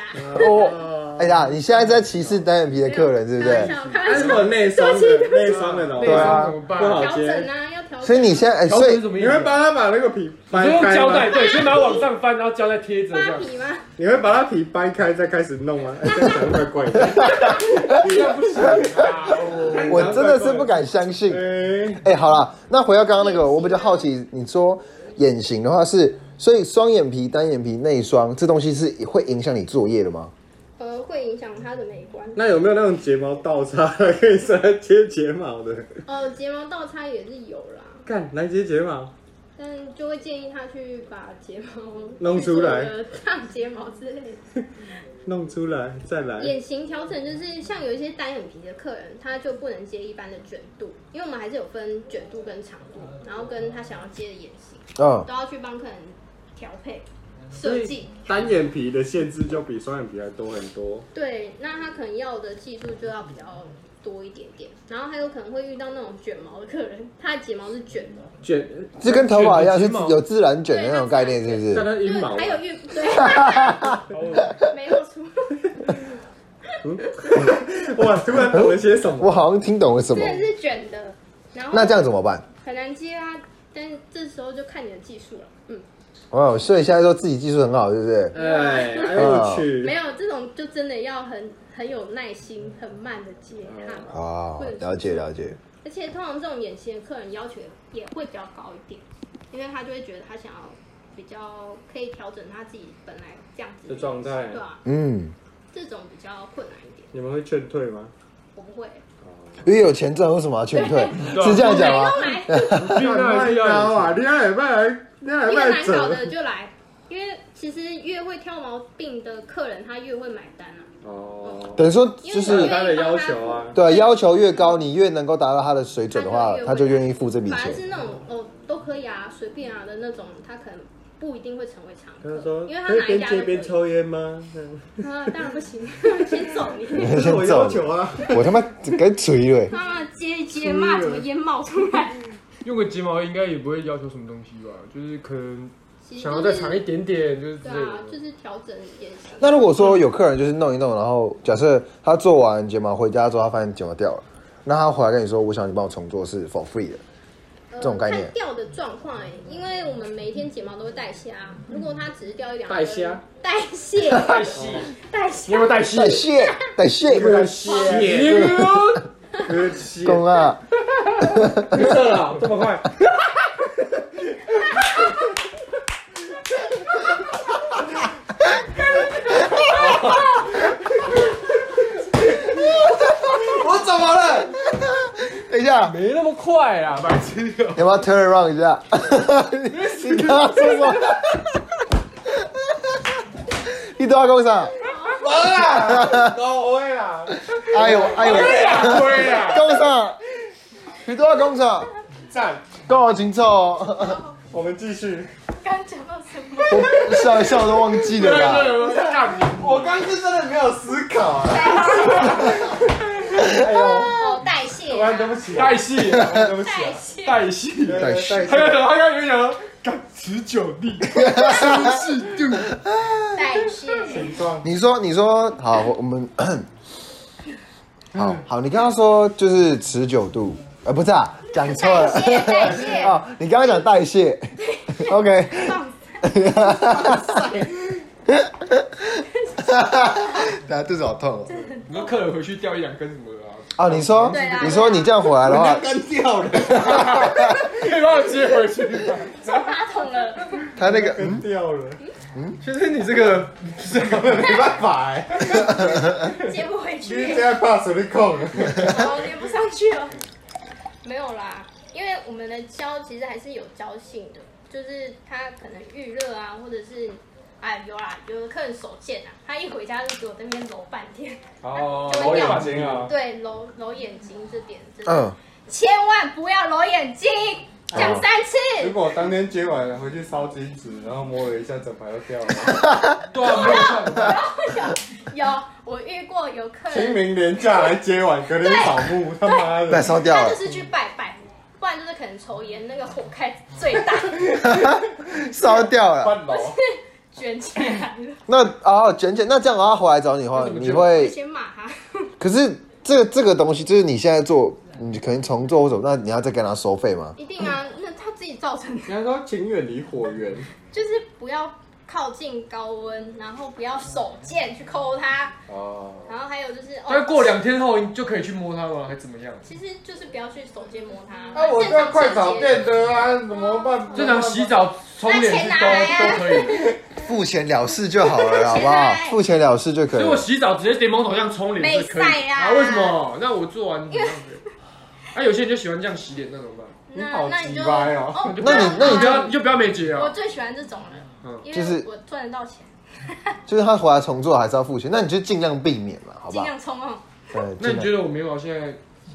[SPEAKER 1] 我哎呀，你现在在歧视单眼皮的客人，对不
[SPEAKER 5] 开玩
[SPEAKER 1] 对？
[SPEAKER 5] 笑，开
[SPEAKER 6] 哦
[SPEAKER 2] 但
[SPEAKER 5] 玩
[SPEAKER 2] 是
[SPEAKER 5] 笑，
[SPEAKER 2] 我内伤的，内伤的怎么
[SPEAKER 3] 内
[SPEAKER 2] 办？
[SPEAKER 3] 伤怎么
[SPEAKER 2] 不好
[SPEAKER 3] 办？
[SPEAKER 5] 调整啊，要调胶
[SPEAKER 1] 所以你现在哎，
[SPEAKER 3] 条
[SPEAKER 1] 所
[SPEAKER 3] 纹是
[SPEAKER 1] 以
[SPEAKER 3] 什么意
[SPEAKER 6] 你
[SPEAKER 3] 思
[SPEAKER 6] 会？帮他把那个皮
[SPEAKER 3] 你
[SPEAKER 6] 掰
[SPEAKER 3] 就用
[SPEAKER 6] 开
[SPEAKER 3] 胶带，
[SPEAKER 6] 吗？
[SPEAKER 3] 对，先把它往上翻，然后胶带贴着这
[SPEAKER 5] 扒 (laughs)
[SPEAKER 3] 样，
[SPEAKER 5] 皮吗？
[SPEAKER 6] 你会把它皮掰开再开始弄吗？哎这样怪怪的。
[SPEAKER 3] 这样不行啊！哦
[SPEAKER 1] 我真的是不敢相信。
[SPEAKER 6] 哎，
[SPEAKER 1] 哎、好啦，那回到刚刚那个，我比较好奇，你说眼型的话是，所以双眼皮、单眼皮、内双这东西是会影响你作业的吗？
[SPEAKER 5] 呃，会影响它的美观。
[SPEAKER 6] 那有没有那种睫毛倒插可以拿来接睫毛的？
[SPEAKER 5] 哦，睫毛倒插也是有啦，
[SPEAKER 6] 干，来接睫毛。
[SPEAKER 5] 但就会建议他去把睫毛
[SPEAKER 6] 弄出来，
[SPEAKER 5] 烫睫毛之类的。
[SPEAKER 6] 弄出来再来。
[SPEAKER 5] 眼型调整就是像有一些单眼皮的客人，他就不能接一般的卷度，因为我们还是有分卷度跟长度，然后跟他想要接的眼型
[SPEAKER 1] 嗯，
[SPEAKER 5] 都要去帮客人调配设计。
[SPEAKER 6] 单眼皮的限制就比双眼皮还多很多。
[SPEAKER 5] 对，那他可能要的技术就要比较多一点点，然后还有可能会遇到那种卷毛的客人，他的睫毛是卷的，
[SPEAKER 6] 卷，
[SPEAKER 1] 这跟头发一样，是
[SPEAKER 3] 毛
[SPEAKER 1] 有自然卷的那种概念，是不是？
[SPEAKER 6] 但它
[SPEAKER 5] 就
[SPEAKER 6] 阴
[SPEAKER 5] 是
[SPEAKER 6] 毛啊
[SPEAKER 5] 还。有孕对，没有出。
[SPEAKER 6] 哇，突然懂了些什么？
[SPEAKER 1] 我好像听懂了什么。
[SPEAKER 5] 真的是卷的，然后
[SPEAKER 1] 那这样怎么办？
[SPEAKER 5] 很难接啊。但是这时候就看你的技术了，嗯，
[SPEAKER 1] 哦，所以现在说自己技术很好，对不对？
[SPEAKER 6] 哎，哎我
[SPEAKER 5] 没
[SPEAKER 6] 去，
[SPEAKER 5] 有这种就真的要很很有耐心、很慢的接
[SPEAKER 6] 嗯
[SPEAKER 5] 它，
[SPEAKER 1] 哦，了解了解。
[SPEAKER 5] 而且通常这种眼型的客人要求也会比较高一点，因为他就会觉得他想要比较可以调整他自己本来这样子
[SPEAKER 6] 的状态
[SPEAKER 5] 对啊，
[SPEAKER 1] 嗯，
[SPEAKER 5] 这种比较困难一点，
[SPEAKER 6] 你们会劝退吗？
[SPEAKER 5] 我不会。
[SPEAKER 1] 因为有钱赚，为什么要啊劝退？
[SPEAKER 3] 对
[SPEAKER 1] 是这样讲
[SPEAKER 6] 啊
[SPEAKER 1] 吗
[SPEAKER 5] 来？都来，
[SPEAKER 3] 尽量还是要
[SPEAKER 6] 高啊，你还卖，你还
[SPEAKER 5] 越
[SPEAKER 6] 卖
[SPEAKER 5] 难搞
[SPEAKER 6] 折。
[SPEAKER 5] 的就来，因为其实越会挑毛病的客人，他越会买单啊。
[SPEAKER 6] 哦，
[SPEAKER 1] 等于说
[SPEAKER 5] 因
[SPEAKER 1] 就
[SPEAKER 5] 为
[SPEAKER 1] 是
[SPEAKER 6] 是他的要求啊。
[SPEAKER 1] 对要求越高，你越能够达到他的水准的话，他
[SPEAKER 5] 他
[SPEAKER 1] 就
[SPEAKER 5] 就越
[SPEAKER 1] 愿意付这笔
[SPEAKER 5] 反而
[SPEAKER 1] 钱。
[SPEAKER 5] 是那种哦都可以啊，随便啊的那种，他可能不一定会成为常
[SPEAKER 6] 他
[SPEAKER 5] 客，
[SPEAKER 6] 说：“
[SPEAKER 5] 因为他
[SPEAKER 6] 可以
[SPEAKER 5] 哪一
[SPEAKER 6] 边
[SPEAKER 5] 家都
[SPEAKER 6] 接
[SPEAKER 5] 可以
[SPEAKER 6] 边。抽烟吗？”嗯
[SPEAKER 5] 啊，当然不行， (laughs) 先揍你。
[SPEAKER 1] (laughs)
[SPEAKER 6] 这是我要求啊。
[SPEAKER 1] 我他妈该锤了。
[SPEAKER 5] 妈妈接一接，骂怎么烟冒出来？
[SPEAKER 3] 用个睫毛应该也不会要求什么东西吧？就是可能
[SPEAKER 5] 其实
[SPEAKER 3] 想要
[SPEAKER 5] 就
[SPEAKER 3] 再
[SPEAKER 5] 是
[SPEAKER 3] 长一点点，就是之
[SPEAKER 5] 对
[SPEAKER 3] 类
[SPEAKER 5] 啊，
[SPEAKER 3] 的
[SPEAKER 5] 就。是调整眼型。
[SPEAKER 1] 那如果说有客人就是弄一弄，然后假设他做完睫毛回家之后，他发现睫毛掉了，那他回来跟你说，我想你帮我重做是 for free 的，
[SPEAKER 5] 呃
[SPEAKER 1] 这种概念
[SPEAKER 5] 看掉的状况哎，因为我们每一天睫毛都会带虾，如果它只是掉一两根
[SPEAKER 6] 带虾，
[SPEAKER 5] 带蟹，
[SPEAKER 3] (laughs) 带戏，
[SPEAKER 5] 带虾
[SPEAKER 3] 你有没有带戏？
[SPEAKER 1] 代谢代谢
[SPEAKER 6] 不敢吸烟，可惜，
[SPEAKER 1] 公啊，
[SPEAKER 6] 射了，这么快，
[SPEAKER 1] 我怎么了？等一下，
[SPEAKER 3] 没那么快啊，白痴 (laughs) 哦！
[SPEAKER 1] 你要不要 turn around 一下？你你刚刚说什么？你多少公上？
[SPEAKER 6] 高位啦，
[SPEAKER 1] 哎呦哎呦，
[SPEAKER 3] 对啊，
[SPEAKER 1] 公上，你多少公上？
[SPEAKER 6] 赞，
[SPEAKER 1] 跟我清楚哦，
[SPEAKER 6] 我们继续。
[SPEAKER 8] 刚讲到什么？
[SPEAKER 1] 我笑一笑我都忘记了啦。
[SPEAKER 6] 我刚是真的没有思考啊，
[SPEAKER 5] 哦，带蟹
[SPEAKER 6] 突然
[SPEAKER 5] 啊，
[SPEAKER 6] 对不起啊，
[SPEAKER 3] 带戏，
[SPEAKER 6] 对不起
[SPEAKER 5] 带
[SPEAKER 6] 啊，
[SPEAKER 5] 蟹。
[SPEAKER 3] 带戏。
[SPEAKER 6] 对
[SPEAKER 1] 带
[SPEAKER 6] 对
[SPEAKER 1] 戏
[SPEAKER 6] 对
[SPEAKER 3] 还有他刚有讲，干持久力，舒适度。
[SPEAKER 5] 代谢。
[SPEAKER 6] 情况，
[SPEAKER 1] 你说，你说，好，我我们好好，你刚刚说就是持久度，呃，不是啊，讲错了，
[SPEAKER 5] 代
[SPEAKER 3] (laughs)
[SPEAKER 5] 谢
[SPEAKER 1] 哦，你刚刚讲代谢，OK，大家肚子好痛哦。
[SPEAKER 3] 你说客人回去掉一两根什么的啊？
[SPEAKER 1] 哦，你说
[SPEAKER 5] 对啊，
[SPEAKER 1] 你说你这样回来的话，
[SPEAKER 6] 干掉了，
[SPEAKER 3] 可以帮我接回去吗？
[SPEAKER 5] 马桶了，
[SPEAKER 1] 他那个， (laughs) 嗯
[SPEAKER 6] 干掉了，
[SPEAKER 3] 其实你这个
[SPEAKER 6] 没办法
[SPEAKER 2] (laughs)
[SPEAKER 6] 哎，
[SPEAKER 5] 接不回
[SPEAKER 6] 你
[SPEAKER 5] 去
[SPEAKER 6] 这，样怕谁的控？
[SPEAKER 5] 哦，连不上去了。 (laughs) 没有啦，因为我们的胶其实还是有胶性的，就是它可能预热啊，或者是。哎，有啦，有的客人手贱啊，他一回家就给我在那边揉半天，
[SPEAKER 3] 哦
[SPEAKER 5] 揉眼
[SPEAKER 3] 睛啊，
[SPEAKER 5] 对，揉揉眼睛这点，真的、
[SPEAKER 1] 嗯，
[SPEAKER 5] 千万不要揉眼睛，讲三次，
[SPEAKER 6] 如果我当天接完了回去烧金纸，然后摸了一下，整排都掉了。
[SPEAKER 3] 对啊，没有看，
[SPEAKER 5] 有我遇过有客人
[SPEAKER 6] 清明廉假来接完，隔天扫墓，他妈
[SPEAKER 1] 被
[SPEAKER 6] 的，
[SPEAKER 1] 烧掉
[SPEAKER 5] 他
[SPEAKER 1] 了
[SPEAKER 5] 就，是去拜拜，不然就是可能抽烟，那个火开最大， (laughs)
[SPEAKER 1] 烧掉了。
[SPEAKER 6] 半楼，
[SPEAKER 5] 卷起来
[SPEAKER 1] (laughs)
[SPEAKER 5] 了，
[SPEAKER 1] 那哦，卷卷，那这样啊，回来找你的话，你
[SPEAKER 3] 卷
[SPEAKER 1] 会，
[SPEAKER 5] 先骂他。
[SPEAKER 1] 可是这个这个东西，就是你现在做你可能重做或者那你要再跟他收费吗？
[SPEAKER 5] 一定啊，那他自己造成的，
[SPEAKER 2] 人家说请远离火源，
[SPEAKER 5] 就是不要靠近高温，然后不要手贱去抠它，
[SPEAKER 2] 哦，
[SPEAKER 5] 然后还有就是
[SPEAKER 3] 但
[SPEAKER 5] 哦，
[SPEAKER 3] 是过两天后你就可以去摸它吗？还怎么样？
[SPEAKER 5] 其实就是不要去手贱摸它。
[SPEAKER 2] 啊
[SPEAKER 9] 那我
[SPEAKER 5] 现
[SPEAKER 9] 这
[SPEAKER 5] 场
[SPEAKER 9] 快
[SPEAKER 5] 清
[SPEAKER 9] 炒
[SPEAKER 5] 洁
[SPEAKER 9] 店的啊，怎么办？
[SPEAKER 3] 正常洗澡、冲脸是
[SPEAKER 5] 那钱拿来啊
[SPEAKER 3] 都都可以，
[SPEAKER 1] 付钱了事就好了，
[SPEAKER 5] (laughs)
[SPEAKER 1] 好不好？付钱了事就可
[SPEAKER 3] 所
[SPEAKER 1] 以
[SPEAKER 3] 以我
[SPEAKER 1] 了。
[SPEAKER 3] 洗澡直接点毛头这样冲脸是可以
[SPEAKER 5] 没晒
[SPEAKER 3] 的。
[SPEAKER 5] 啊
[SPEAKER 3] 啊？为什么？那我做完怎么样？啊，有些人就喜欢这样洗脸，那怎么办？
[SPEAKER 2] 你
[SPEAKER 5] 那
[SPEAKER 2] 好
[SPEAKER 5] 那你
[SPEAKER 2] 鸡
[SPEAKER 5] 就
[SPEAKER 2] 掰哦
[SPEAKER 5] 哦
[SPEAKER 3] 就不
[SPEAKER 1] 那
[SPEAKER 3] 要
[SPEAKER 1] 你那你
[SPEAKER 3] 不
[SPEAKER 1] 就
[SPEAKER 3] 要你就不要没洁
[SPEAKER 5] 我
[SPEAKER 3] 啊！
[SPEAKER 5] 最喜欢这种了，因
[SPEAKER 1] 就是
[SPEAKER 5] 为我赚得到钱，
[SPEAKER 1] 就是他回来重做还是要付钱，那你就尽量避免嘛，好不
[SPEAKER 5] 尽
[SPEAKER 1] 好？
[SPEAKER 5] 量冲哦。
[SPEAKER 1] 对，
[SPEAKER 3] 那你
[SPEAKER 1] 尽
[SPEAKER 3] 觉得我眉毛现在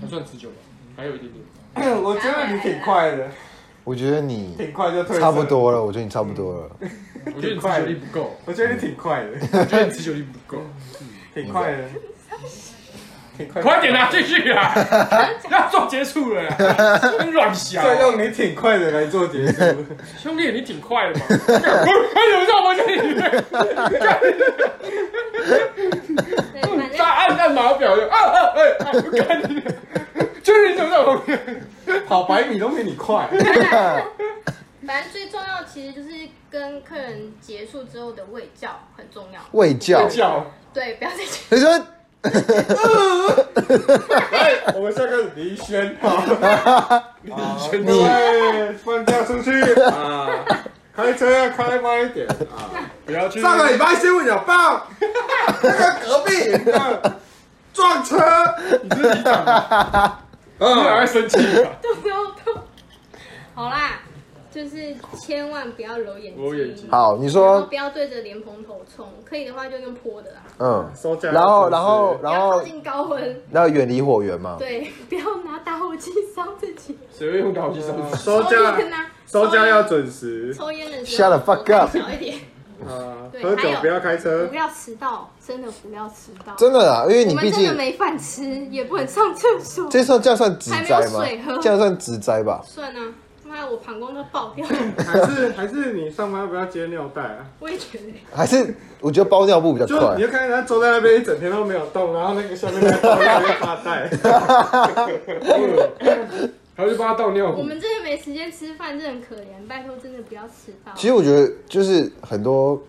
[SPEAKER 3] 还算持久吗？还有一点点。
[SPEAKER 2] 我觉得你挺快的，
[SPEAKER 1] 我觉得你
[SPEAKER 2] 挺快就退色
[SPEAKER 1] 差不，多了，我觉得你差不多了。
[SPEAKER 2] 嗯
[SPEAKER 3] 我觉得你持久力不够，
[SPEAKER 2] 我觉得你挺快的，
[SPEAKER 3] 我觉得你持久力不够，
[SPEAKER 2] 挺快
[SPEAKER 1] 嗯
[SPEAKER 2] 的，挺快，
[SPEAKER 3] 快点！啊，继续啊！要做结束了啦，真软小。
[SPEAKER 2] 再用你挺快的来做结束，
[SPEAKER 3] 兄弟，你挺快的嘛！还有让我这里
[SPEAKER 5] 对，反正
[SPEAKER 3] 在按按码表就啊啊哎啊！我看你，就是你怎么在旁边？
[SPEAKER 2] 跑百米都没你快，
[SPEAKER 5] 反正最重要其实就是跟客人结束之后的喂教很重要。
[SPEAKER 1] 喂
[SPEAKER 2] (laughs)
[SPEAKER 1] 教，
[SPEAKER 3] 叫
[SPEAKER 5] 对，不要再去
[SPEAKER 1] 你说
[SPEAKER 2] (laughs) 来，我们现在开始离轩，好，
[SPEAKER 3] 全
[SPEAKER 2] 各
[SPEAKER 3] 体
[SPEAKER 2] 位放假出去啊，开车要开慢一点啊，
[SPEAKER 3] 不要去
[SPEAKER 2] 上个礼拜新闻有报，那个隔壁的撞车，
[SPEAKER 3] 你自己讲的，你哪会
[SPEAKER 2] 啊，
[SPEAKER 3] 生气啊？
[SPEAKER 5] 都不要动。好啦，就是千万不要揉眼睛，
[SPEAKER 3] 揉眼睛
[SPEAKER 1] (laughs) 好，你
[SPEAKER 5] 然后
[SPEAKER 1] 说
[SPEAKER 5] 不要对着莲蓬头冲，可以的话就用泼的啦，
[SPEAKER 1] 嗯，
[SPEAKER 2] 收假
[SPEAKER 1] 然后然后
[SPEAKER 5] 不
[SPEAKER 1] 然
[SPEAKER 5] 要靠
[SPEAKER 1] 后
[SPEAKER 5] 近高温。
[SPEAKER 1] 然后远离火源嘛，
[SPEAKER 5] 对，不要拿打火机烧自己。
[SPEAKER 3] 谁会用打火机烧纸？
[SPEAKER 2] 收假
[SPEAKER 5] 抽烟啊，
[SPEAKER 2] 收假
[SPEAKER 5] 烟
[SPEAKER 2] 要准时
[SPEAKER 5] 抽烟的时
[SPEAKER 1] Shut
[SPEAKER 5] 候
[SPEAKER 1] the fuck up
[SPEAKER 5] 小一点，
[SPEAKER 2] 啊，
[SPEAKER 5] 对
[SPEAKER 2] 喝
[SPEAKER 5] 还
[SPEAKER 2] 酒
[SPEAKER 5] 有
[SPEAKER 2] 不要开车
[SPEAKER 5] 不。要迟到，真的不要迟到。
[SPEAKER 1] 真的啦，因为
[SPEAKER 5] 我
[SPEAKER 1] 你
[SPEAKER 5] 们
[SPEAKER 1] 毕
[SPEAKER 5] 真的
[SPEAKER 1] 竟
[SPEAKER 5] 没饭吃，也不能上厕所。
[SPEAKER 1] 这算这样算职灾吗
[SPEAKER 5] 还没有水喝？
[SPEAKER 1] 这样算职灾吧？
[SPEAKER 5] 算啊，妈，我膀胱都爆掉了，
[SPEAKER 1] (laughs)
[SPEAKER 2] 还是还是你上班要不要接尿袋啊？
[SPEAKER 5] 我也觉得。
[SPEAKER 1] 还是我觉得包尿布比较
[SPEAKER 2] 就
[SPEAKER 1] 快
[SPEAKER 2] 你，就看他坐在那边一整天都没有动，然后那个下面那个包在发呆，
[SPEAKER 3] 还会帮他倒尿
[SPEAKER 5] 我
[SPEAKER 3] 壶？
[SPEAKER 5] 们真的没时间吃饭，真的很可怜。拜托，真的不要迟到。
[SPEAKER 1] 其实我觉得就是很多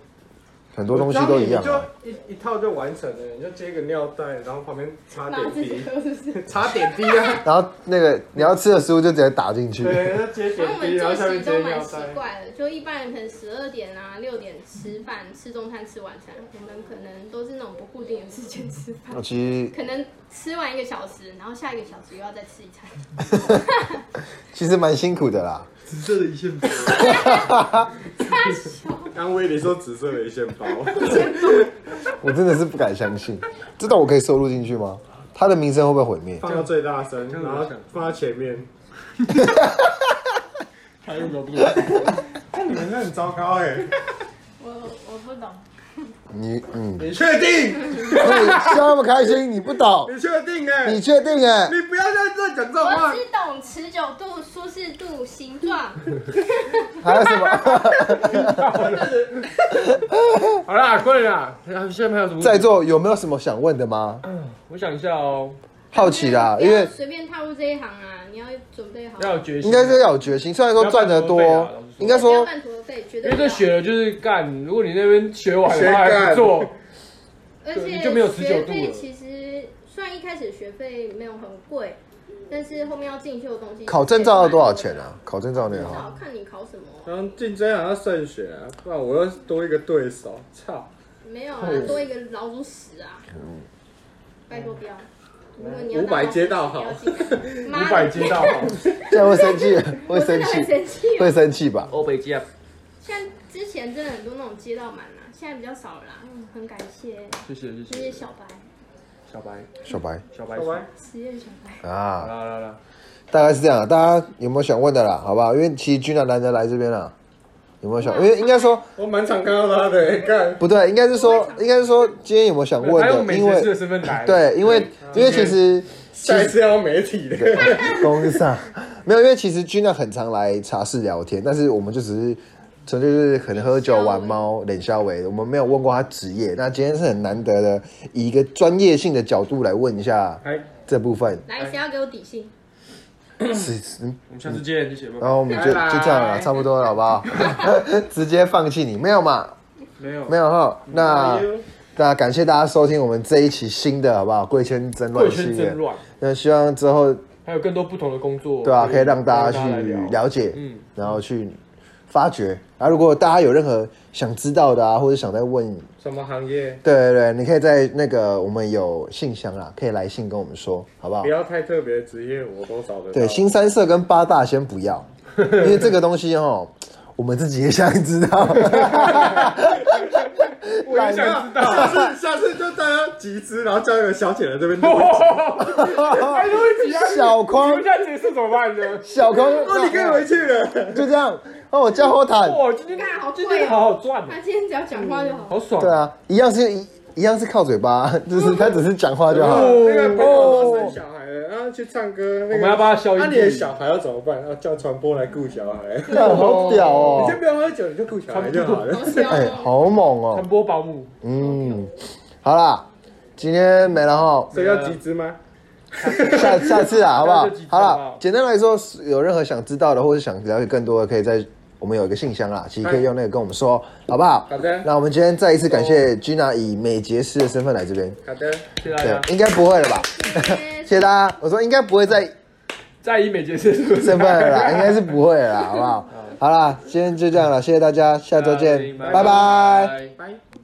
[SPEAKER 1] 很多东西都一样啊。
[SPEAKER 2] 你就一一套就完成了，你就接个尿袋，然后旁边插
[SPEAKER 5] 妈
[SPEAKER 2] 点
[SPEAKER 5] 自己
[SPEAKER 2] 滴，
[SPEAKER 5] 喝是不是？
[SPEAKER 2] 插点滴啊，
[SPEAKER 1] 然后那个你要吃的食物就直接打进去，
[SPEAKER 2] 对，就接
[SPEAKER 5] 然
[SPEAKER 2] 点
[SPEAKER 5] 后我
[SPEAKER 2] 滴，
[SPEAKER 5] 们
[SPEAKER 2] 然后
[SPEAKER 5] 作
[SPEAKER 2] 下
[SPEAKER 5] 息
[SPEAKER 2] 面
[SPEAKER 5] 都
[SPEAKER 2] 接
[SPEAKER 5] 蛮
[SPEAKER 2] 尿
[SPEAKER 5] 奇
[SPEAKER 2] 袋。
[SPEAKER 5] 怪的，就一般人可能十二点啊、六点吃饭，吃中餐、吃晚餐。我们可能都是那种不固定的时间吃饭
[SPEAKER 1] 我，其实
[SPEAKER 5] 可能吃完一个小时，然后下一个小时又要再吃一餐。
[SPEAKER 1] 其实蛮辛苦的啦。
[SPEAKER 3] 紫色的一线粉，
[SPEAKER 2] (laughs) 安慰你说紫色的一线包，
[SPEAKER 1] 我真的是不敢相信，这段我可以收录进去吗？他的名声会不会毁灭？
[SPEAKER 2] (laughs) 放到最大声，
[SPEAKER 3] 样
[SPEAKER 2] 然后放到前 (laughs) 面。
[SPEAKER 3] 还用不用不够？
[SPEAKER 2] (laughs) 看你们那很糟糕哎、
[SPEAKER 5] (laughs) 我我不懂，
[SPEAKER 1] 你嗯，
[SPEAKER 2] 你确定？
[SPEAKER 1] 你笑那么开心，你不懂，
[SPEAKER 2] 你确定哎、
[SPEAKER 1] 你确定哎？
[SPEAKER 2] 你不要在这讲这种
[SPEAKER 5] 我
[SPEAKER 2] 话。
[SPEAKER 5] 只懂持久度、舒适度、形状。
[SPEAKER 1] 还有什么？
[SPEAKER 3] 好啦，快点啦！啊现在还有什么？
[SPEAKER 1] 在，座有没有什么想问的吗？
[SPEAKER 3] 我想一下哦，
[SPEAKER 1] (laughs) 好奇啦，
[SPEAKER 5] 不要
[SPEAKER 1] 因为
[SPEAKER 5] 随便踏入这一行啊，你要准备好。
[SPEAKER 3] 要有决
[SPEAKER 1] 应
[SPEAKER 3] 心。
[SPEAKER 1] 该是要有决心，虽然说赚得多
[SPEAKER 3] 不要办托费啊老实，说
[SPEAKER 1] 应该
[SPEAKER 5] 不要
[SPEAKER 1] 说
[SPEAKER 5] 半途而废，绝
[SPEAKER 3] 因为
[SPEAKER 5] 对不
[SPEAKER 3] 这
[SPEAKER 5] 要。
[SPEAKER 3] 学了就是干，如果你那边学完了还不做，
[SPEAKER 5] 而且
[SPEAKER 3] 你就没有持久
[SPEAKER 5] 学
[SPEAKER 3] 度
[SPEAKER 5] 费
[SPEAKER 3] 了
[SPEAKER 5] 其实虽然一开始学费没有很贵，但是后面要进修的东西。
[SPEAKER 1] 考证照要多少钱？啊？考证照那
[SPEAKER 5] 至
[SPEAKER 1] 个
[SPEAKER 3] 嗯
[SPEAKER 5] 少
[SPEAKER 1] 哈，
[SPEAKER 5] 看你考什么，
[SPEAKER 2] 然后竞争好像胜血啊，不然我又多一个对手，操！
[SPEAKER 5] 没有啊，多一个老鼠屎啊！拜托不要。如果你要
[SPEAKER 2] 五百街道好
[SPEAKER 5] 五
[SPEAKER 3] 五百街道好，
[SPEAKER 1] 这样会生气，
[SPEAKER 5] 我
[SPEAKER 1] 会
[SPEAKER 5] 真
[SPEAKER 1] 生
[SPEAKER 5] 的
[SPEAKER 1] 气，
[SPEAKER 5] 很生气哦。
[SPEAKER 1] 会生气吧？
[SPEAKER 3] 欧北街啊，
[SPEAKER 5] 像之前真的很多那种街道满啦，现在比较少了啦，嗯很感谢
[SPEAKER 3] 谢谢谢
[SPEAKER 5] 这些
[SPEAKER 3] 谢，
[SPEAKER 5] 小白，
[SPEAKER 3] 小白
[SPEAKER 1] 小白
[SPEAKER 3] 小白
[SPEAKER 2] 拜，拜。
[SPEAKER 5] 实验小白。
[SPEAKER 1] 啊，
[SPEAKER 3] 来来来，
[SPEAKER 1] 大概是这样啊，大家有没有想问的啦？好不好？因为其实居然难得来这边了，有没有想？因为应该说
[SPEAKER 2] 嗯我蛮常看到他的、欸，看
[SPEAKER 1] 不对，应该是
[SPEAKER 2] (laughs)
[SPEAKER 1] 说，应该是说今天有没有想
[SPEAKER 3] 他用
[SPEAKER 1] 问的？
[SPEAKER 3] 美
[SPEAKER 1] 因
[SPEAKER 3] 学师的
[SPEAKER 1] 为
[SPEAKER 3] 身份来，，
[SPEAKER 1] 对，因为因为其实
[SPEAKER 2] 嗯 (laughs) 下一次要媒体的， (laughs)
[SPEAKER 1] 公司啊上没有，因为其实君娜很常来茶室聊天，但是我们就只是纯粹就是可能喝酒玩猫冷笑维，我们没有问过他职业。那今天是很难得的，以一个专业性的角度来问一下
[SPEAKER 2] 还
[SPEAKER 1] 这部分。
[SPEAKER 5] 来，谁要给我底薪？
[SPEAKER 2] 嗯
[SPEAKER 1] 是是
[SPEAKER 3] 我们下次见，谢谢，拜拜
[SPEAKER 1] 然。后我们就
[SPEAKER 3] 拜拜
[SPEAKER 1] 就这样了，差不多了，好不好？ (laughs) 直接放弃你，没有嘛？
[SPEAKER 3] 没有，
[SPEAKER 1] 没有哈。那那感谢大家收听我们这一期新的，好不好？贵圈争
[SPEAKER 3] 贵
[SPEAKER 1] 乱系
[SPEAKER 3] 圈
[SPEAKER 1] 列
[SPEAKER 3] 真，乱，
[SPEAKER 1] 那希望之后
[SPEAKER 3] 还有更多不同的工作，
[SPEAKER 1] 对啊，可以让大家
[SPEAKER 3] 来
[SPEAKER 1] 去
[SPEAKER 3] 聊
[SPEAKER 1] 了解，
[SPEAKER 3] 嗯
[SPEAKER 1] 然后去发掘。然后如果大家有任何想知道的啊，或者想再问
[SPEAKER 3] 什么行业，
[SPEAKER 1] 对对对，你可以在那个我们有信箱啦，可以来信跟我们说，好不好
[SPEAKER 6] 不？要太特别的职业，我都找得到。
[SPEAKER 1] 对，新三色跟八大先不要，因为这个东西哦，我们自己也想知道。
[SPEAKER 3] 我也想知道。
[SPEAKER 6] 下次下次就大家集资，然后叫一个小姐来这边录。
[SPEAKER 3] 还录一集啊？
[SPEAKER 1] (laughs) 小匡
[SPEAKER 3] 们，现在结束怎么办呢？
[SPEAKER 1] 小匡，
[SPEAKER 6] 你可以回去了。
[SPEAKER 1] 就这样。哦，我叫后坦。
[SPEAKER 3] 哇，今天
[SPEAKER 5] 看好
[SPEAKER 3] 今
[SPEAKER 5] 贵
[SPEAKER 3] 天
[SPEAKER 5] 哦
[SPEAKER 3] 好好赚哦，
[SPEAKER 5] 他今天只要讲话就好。
[SPEAKER 3] 好爽。
[SPEAKER 1] 对啊，一样是一一样是靠嘴巴， (laughs) 就是他只是讲话就好。
[SPEAKER 3] 哦
[SPEAKER 6] 那个朋友他生小孩了，然后啊去唱歌，那个
[SPEAKER 3] 我们要帮他消音
[SPEAKER 6] 那你的小孩要怎么办？要叫传播来顾小孩。
[SPEAKER 1] 干好屌
[SPEAKER 6] 你
[SPEAKER 1] 哦！
[SPEAKER 6] (laughs) 先不要喝酒，你就顾小孩就好了。
[SPEAKER 5] 好
[SPEAKER 6] (laughs)
[SPEAKER 5] 香
[SPEAKER 1] 哎、
[SPEAKER 5] 哦！
[SPEAKER 1] 好猛哦
[SPEAKER 3] 传！播保姆，
[SPEAKER 1] 嗯，好啦，今天没了哈。
[SPEAKER 6] 所以要集资吗？
[SPEAKER 1] 下下次啊，好不好
[SPEAKER 3] 那就几？次
[SPEAKER 1] 好
[SPEAKER 3] 好不
[SPEAKER 1] 了
[SPEAKER 3] 好，
[SPEAKER 1] 简单来说，有任何想知道的或者想了解更多的，可以在我们有一个信箱啦，其实可以用那个跟我们说，好不好？
[SPEAKER 6] 好的
[SPEAKER 1] 那我们今天再一次感谢 Gina 以美睫师的身份来这边，
[SPEAKER 6] 好的，
[SPEAKER 3] 谢谢大
[SPEAKER 1] 对
[SPEAKER 3] 家。，
[SPEAKER 1] 应该不会了吧？谢谢大家。我说应该不会再
[SPEAKER 3] 在医美结束
[SPEAKER 1] 身份了啦，应该是不会了啦，好不好？好啦，今天就这样了，谢谢大家，下周见，拜拜。
[SPEAKER 6] 拜。